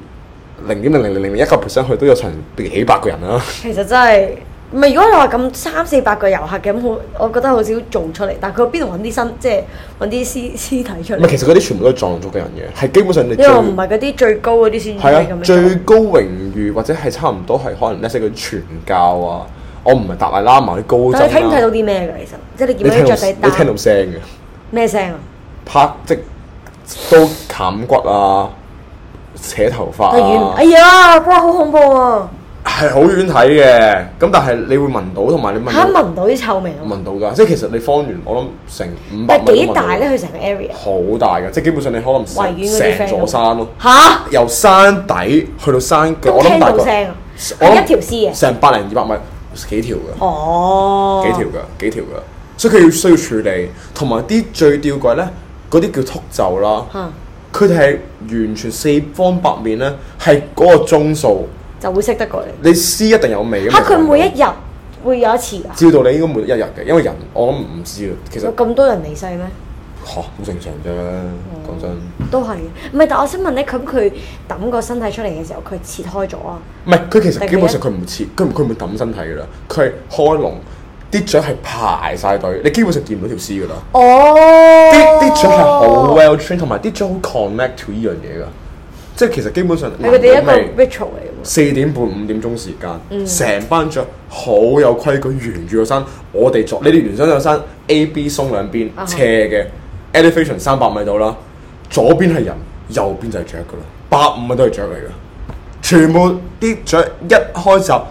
[SPEAKER 2] 零點零零零零一個 percent 去都有成幾百個人啊啦。
[SPEAKER 1] 其實真係唔係，如果你話咁三四百個遊客嘅咁，我我覺得好少做出嚟。但係佢邊度揾啲新，即係揾啲屍屍體出
[SPEAKER 2] 唔係，
[SPEAKER 1] 嚟？
[SPEAKER 2] 其實嗰啲全部都係藏族嘅人嘅，係基本上你
[SPEAKER 1] 因
[SPEAKER 2] 最
[SPEAKER 1] 為唔係嗰啲最高嗰啲先
[SPEAKER 2] 係
[SPEAKER 1] 咁
[SPEAKER 2] 啊
[SPEAKER 1] 樣，做。
[SPEAKER 2] 最高榮譽或者係差唔多係可能一些嗰啲傳教啊，我唔係達賴喇嘛啲高僧啊
[SPEAKER 1] 但係你睇唔睇到啲咩㗎？其實即係你
[SPEAKER 2] 你
[SPEAKER 1] 見
[SPEAKER 2] 聽
[SPEAKER 1] 到
[SPEAKER 2] 到
[SPEAKER 1] 啲雀仔
[SPEAKER 2] 你聽到
[SPEAKER 1] 單
[SPEAKER 2] 聲嘅，
[SPEAKER 1] 咩聲啊？
[SPEAKER 2] 拍即刀砍骨啊，扯頭髮
[SPEAKER 1] 太遠，
[SPEAKER 2] 啊
[SPEAKER 1] 哎，呀，哇，好恐怖啊！
[SPEAKER 2] 係好遠睇嘅。咁但係你會聞到，同埋你
[SPEAKER 1] 嚇
[SPEAKER 2] 聞到
[SPEAKER 1] 聞到啲臭味啊！
[SPEAKER 2] 聞到㗎，即係其實你方圓我諗成五百
[SPEAKER 1] 但係
[SPEAKER 2] 米都聞
[SPEAKER 1] 幾
[SPEAKER 2] 到
[SPEAKER 1] 大咧？佢成個 area
[SPEAKER 2] 好大嘅，即係基本上你可能
[SPEAKER 1] 圍
[SPEAKER 2] 成
[SPEAKER 1] 遠嗰啲 friend
[SPEAKER 2] 成座山咯。
[SPEAKER 1] 吓，
[SPEAKER 2] 由山底去到山腳，
[SPEAKER 1] 都
[SPEAKER 2] 我諗
[SPEAKER 1] 聽
[SPEAKER 2] 大
[SPEAKER 1] 到
[SPEAKER 2] 概
[SPEAKER 1] 聲啊！
[SPEAKER 2] 我諗
[SPEAKER 1] 係一條絲嘅，
[SPEAKER 2] 成百零二百米幾條㗎，
[SPEAKER 1] 哦，
[SPEAKER 2] 幾條㗎，幾條㗎，所以佢要需要處理，同埋啲最吊詭咧，嗰啲叫禿袖啦，
[SPEAKER 1] 嚇
[SPEAKER 2] 佢哋係完全四方八面咧，係嗰個鐘數，
[SPEAKER 1] 就會識得過嚟。
[SPEAKER 2] 你撕一定有味㗎
[SPEAKER 1] 嚇
[SPEAKER 2] 嘛。
[SPEAKER 1] 佢每一日會有一次㗎。
[SPEAKER 2] 照道理應該每一日嘅，因為人我諗唔知啊，其實
[SPEAKER 1] 有咁多人離世咩？
[SPEAKER 2] 嚇好正常啫，
[SPEAKER 1] 嗯
[SPEAKER 2] 講真。
[SPEAKER 1] 都係嘅，唔係，但我想問咧，咁佢抌個身體出嚟嘅時候，佢切開咗啊，
[SPEAKER 2] 唔係，佢其
[SPEAKER 1] 定
[SPEAKER 2] 實
[SPEAKER 1] 係
[SPEAKER 2] 基本上佢唔切，佢唔佢唔會抌身體㗎啦，佢係開籠，啲雀係排晒隊，你基本上見唔到條絲㗎啦。
[SPEAKER 1] 哦，
[SPEAKER 2] 啲啲雀係好 well trained，同埋啲雀好 connect to 呢樣嘢㗎，即係其實基本上
[SPEAKER 1] 係佢哋一個
[SPEAKER 2] 聞到味
[SPEAKER 1] ritual 嚟嘅喎，
[SPEAKER 2] 四點半五點鐘時
[SPEAKER 1] 嗯
[SPEAKER 2] 間，成、班雀好有規矩，沿住個山，我哋作你哋沿住個山 A、B 鬆兩邊
[SPEAKER 1] 啊哈
[SPEAKER 2] 斜嘅 elevation 三百米度啦，左邊係人，右邊就係雀噶啦，百五米都係雀嚟噶，全部啲雀一開閘，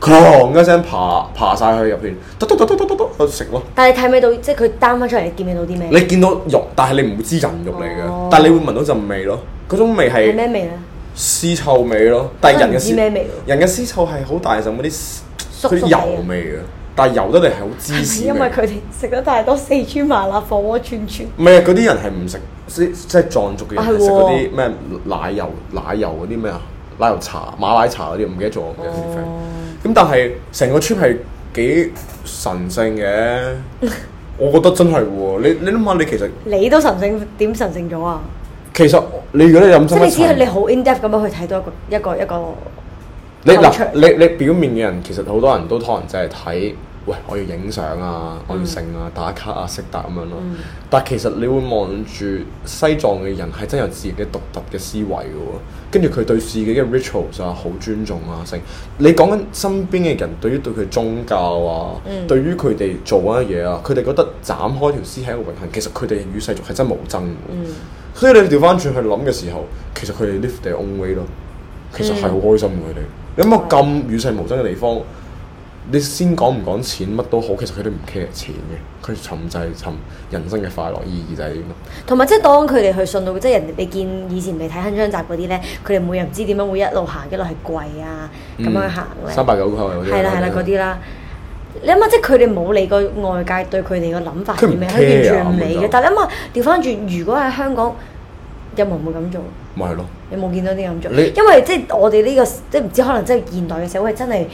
[SPEAKER 2] 哐一聲爬爬晒去入邊，嘟嘟嘟嘟嘟嘟嘟去食咯。
[SPEAKER 1] 但係睇唔睇到，即係佢 down 翻出嚟，你見唔見到啲咩？
[SPEAKER 2] 你見到肉，但係你唔會知人肉嚟嘅，
[SPEAKER 1] 哦
[SPEAKER 2] 但係你會聞到陣味咯，嗰種味
[SPEAKER 1] 係
[SPEAKER 2] 係
[SPEAKER 1] 咩味啊咧？
[SPEAKER 2] 屍臭味咯，但係人嘅
[SPEAKER 1] 真係唔知
[SPEAKER 2] 屍
[SPEAKER 1] 咩味
[SPEAKER 2] 人嘅屍臭係好大陣嗰啲
[SPEAKER 1] 叔
[SPEAKER 2] 嗰啲
[SPEAKER 1] 叔
[SPEAKER 2] 油味嘅，但係油得嚟係好芝
[SPEAKER 1] 啊係
[SPEAKER 2] 士
[SPEAKER 1] 因為
[SPEAKER 2] 味。
[SPEAKER 1] 佢哋食得太多四川麻辣火鍋串串，
[SPEAKER 2] 唔係啊，嗰啲人係唔食即即係藏族嘅人
[SPEAKER 1] 啊
[SPEAKER 2] 係
[SPEAKER 1] 係
[SPEAKER 2] 食嗰
[SPEAKER 1] 喎
[SPEAKER 2] 啲咩奶油奶油嗰啲咩啊奶油茶馬奶茶嗰啲，唔記得咗我嘅
[SPEAKER 1] 哦
[SPEAKER 2] friend。咁但係成個 trip 係幾神聖 嘅，我覺得真係喎。你你諗下，你其實
[SPEAKER 1] 你都神聖點神聖咗啊？
[SPEAKER 2] 其實你如果你飲
[SPEAKER 1] 即係
[SPEAKER 2] 深一
[SPEAKER 1] 你只
[SPEAKER 2] 層
[SPEAKER 1] 係你好 in depth 咁樣去睇到一個一個一個，
[SPEAKER 2] 你
[SPEAKER 1] culture
[SPEAKER 2] 嗱，你你表面嘅人其實好多人都可能就係睇，喂，我要影相啊，我要剩啊，打卡啊，識達咁樣咯。但其實你會望住西藏嘅人係真有自己嘅獨特嘅思維嘅喎，跟住佢對自己嘅 rituals 啊好尊重啊，成你講緊身邊嘅人對於對佢宗教啊，對於佢哋做緊嘅嘢啊，佢哋覺得斬開條屍係一個榮幸，其實佢哋與世俗係真無爭嘅喎。所以你調翻轉去諗嘅時候，其實佢哋 live
[SPEAKER 1] 嗯
[SPEAKER 2] their own way 咯。其實係好開心嘅佢哋。有冇咁與世無爭嘅地方，你先講唔講錢乜都好，其實佢哋唔 care 錢嘅，佢尋就係尋人生嘅快樂意義就係點咯。
[SPEAKER 1] 同埋即係當佢哋去信到，即係人哋你見以前未睇《鏗鏘集》嗰啲咧，佢哋每日唔知點樣會一路行一路係跪啊咁樣行咧，
[SPEAKER 2] 嗯三百九九嗰啲。
[SPEAKER 1] 係啦係啦嗰。啲啦。你諗下，即係佢哋冇理過外界對佢哋嘅諗法係點樣，佢
[SPEAKER 2] 佢唔
[SPEAKER 1] 完
[SPEAKER 2] care
[SPEAKER 1] 全
[SPEAKER 2] 啊
[SPEAKER 1] 唔理
[SPEAKER 2] 根本
[SPEAKER 1] 嘅
[SPEAKER 2] 就。
[SPEAKER 1] 但係你諗下，調翻轉，如果喺香港，有冇人會咁做？
[SPEAKER 2] 咪係咯，
[SPEAKER 1] 你冇見到啲咁做，
[SPEAKER 2] 你
[SPEAKER 1] 因為即係我哋呢、個即係唔知可能即係現代嘅社會真係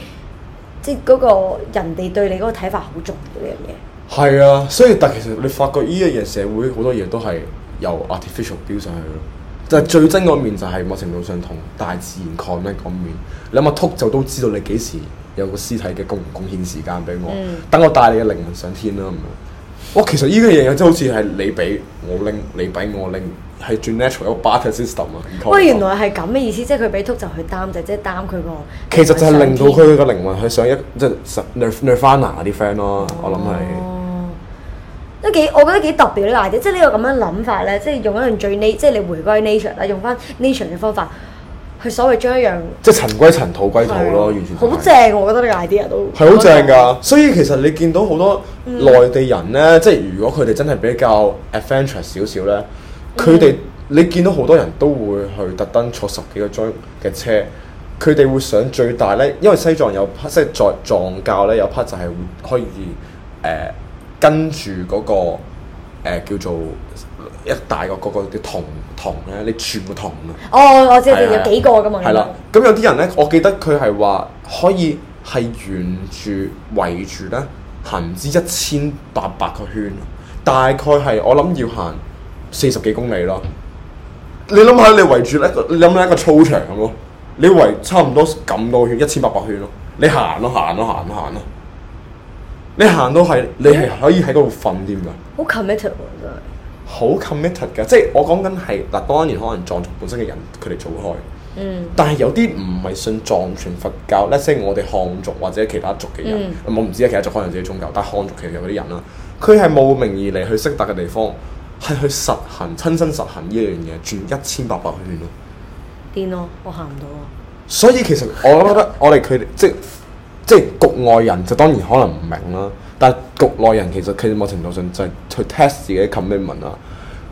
[SPEAKER 1] 即係嗰個人哋對你嗰個睇法好重要呢樣嘢。
[SPEAKER 2] 係啊，所以但其實你發覺依一樣社會好多嘢都係由 artificial 標上去咯。就係最真嗰面就係某程度上同大自然 connect 嗰面，你諗下禿就都知道你幾時有個屍體嘅貢唔貢獻時間俾我
[SPEAKER 1] 嗯，
[SPEAKER 2] 等、我帶你嘅靈魂上天啦咁樣。哇，其實依個嘢真係好似係你俾我拎，你俾我拎，係 natural 一個 barter system 啊。唔 call
[SPEAKER 1] 喂，原來係咁嘅意思，即係佢俾禿就去擔就即係擔佢個。
[SPEAKER 2] 其實就係令到佢個靈魂去上一即係 nir- nirvana 嗰啲 friend 咯，我諗係。
[SPEAKER 1] 哦，都幾，我覺得幾特別呢個 idea，即係呢個咁樣諗法咧，即係用一樣最 nat，即係你回歸 nature 啦，用翻 nature 嘅方法，去所謂將一樣
[SPEAKER 2] 即係塵歸塵，土歸土咯，完全就係
[SPEAKER 1] 啊好正，我覺得呢個 idea 都哦
[SPEAKER 2] 係好正。㗎。所以其實你見到好多內地人咧，即係如果佢哋真係比較 adventure 少少咧，佢哋、你見到好多人都會去特登坐十幾個鐘嘅車，佢哋會想最大咧，因為西藏有 part- 即係在藏教咧有 part 就係會可以誒、呃跟住嗰、個、呃、叫做一大個嗰個叫銅銅咧，你全部銅啊！
[SPEAKER 1] 哦，我知我知
[SPEAKER 2] 係啊
[SPEAKER 1] 有幾個㗎嘛，
[SPEAKER 2] 係啦，咁有啲人咧，我記得佢係話可以係沿住圍住咧行唔知一千八百個圈，大概係我諗要行四十幾公里咯。你諗下，你圍住一個，你諗下一個操場咁咯，你圍差唔多咁多圈，一千八百圈咯，你行咯行咯行咯行咯，你行到係你係可以喺嗰度瞓添㗎。
[SPEAKER 1] 好 committed 喎真係。
[SPEAKER 2] 好 committed 㗎，即係我講緊係嗱，當然可能藏族本身嘅人佢哋做開，
[SPEAKER 1] 嗯，
[SPEAKER 2] 但係有啲唔係信藏傳佛教咧，即係我哋漢族或者其他族嘅人，我唔知啊，其他族可能自己宗教，但係漢族其實有嗰啲人啦，佢係慕名而嚟去識達嘅地方，係去實行親身實行呢樣嘢，轉一千八百圈咯。
[SPEAKER 1] 癲咯，我行唔到啊。
[SPEAKER 2] 所以其實我覺得我哋佢哋即係即係局外人就當然可能唔明啦，但係局內人其實佢哋某程度上就係去 test 自己嘅 commitment 啊，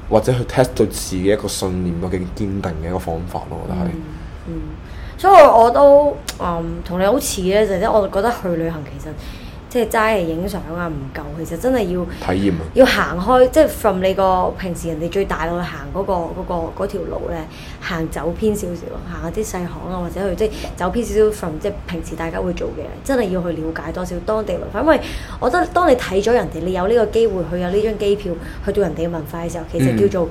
[SPEAKER 2] 或者去 test 對自己一個信念有幾堅定嘅一個方法咯，我覺得係。
[SPEAKER 1] 所以我都嗯同你好似咧，就係即係我覺得去旅行其實即係齋係影相啊唔夠，其實真係要。
[SPEAKER 2] 體驗啊！
[SPEAKER 1] 要行開，即係 from 你個平時人哋最大路行嗰、個嗰、個嗰條路咧，行走偏少少，行一啲細巷啊，或者去即係走偏少少 from 即係平時大家會做嘅，真係要去了解多少當地文化，因為我覺得當你睇咗人哋，你有呢個機會去有呢張機票去到人哋嘅文化嘅時候，其實
[SPEAKER 2] 嗯
[SPEAKER 1] 叫做。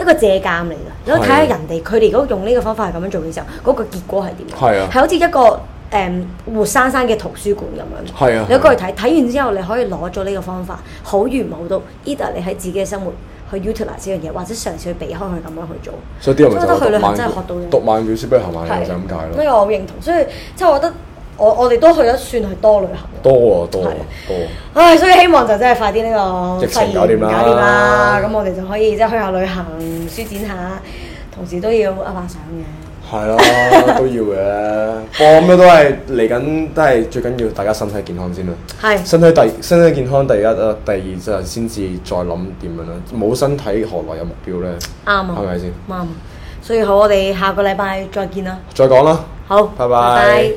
[SPEAKER 1] 一個借鑑嚟㗎，你可以睇下人哋佢哋如果用呢個方法係咁樣做嘅時候，嗰、個結果係點樣？
[SPEAKER 2] 係啊
[SPEAKER 1] 好似一個誒、活生生嘅圖書館咁樣。
[SPEAKER 2] 係啊
[SPEAKER 1] 你過去睇，睇完之後你可以攞咗呢個方法，好與唔好都，either 你喺自己嘅生活去 utilize 呢樣嘢，或者嘗試去避開佢咁樣去做。
[SPEAKER 2] 所以啲人咪
[SPEAKER 1] 所以我覺得去旅
[SPEAKER 2] 就
[SPEAKER 1] 行
[SPEAKER 2] 話
[SPEAKER 1] 真係學到
[SPEAKER 2] 讀
[SPEAKER 1] 嘢
[SPEAKER 2] 萬讀萬卷書不如行萬里路就係咁解
[SPEAKER 1] 呢
[SPEAKER 2] 咯。
[SPEAKER 1] 個我認同，所以即係我覺得我我哋都去咗算係多旅行。
[SPEAKER 2] 多啊多啊
[SPEAKER 1] 係
[SPEAKER 2] 多啊！
[SPEAKER 1] 唉，所以希望就真係快啲呢個
[SPEAKER 2] 疫情
[SPEAKER 1] 肺炎
[SPEAKER 2] 搞掂啦
[SPEAKER 1] 搞掂啦，咁我哋就可以即係去下旅行、舒展下，同時都要噏下相嘅。
[SPEAKER 2] 係啦， 都要嘅。我諗都係嚟緊，都係最緊要大家身體健康先啦。
[SPEAKER 1] 係，
[SPEAKER 2] 身體第身體健康第一啊，第二就係先至再諗點樣啦。冇身體何來有目標呢？
[SPEAKER 1] 啱啊，
[SPEAKER 2] 係咪先？
[SPEAKER 1] 啱啊。所以好，我哋下個禮拜再見啦。
[SPEAKER 2] 再講啦。
[SPEAKER 1] 好，
[SPEAKER 2] 拜拜
[SPEAKER 1] 拜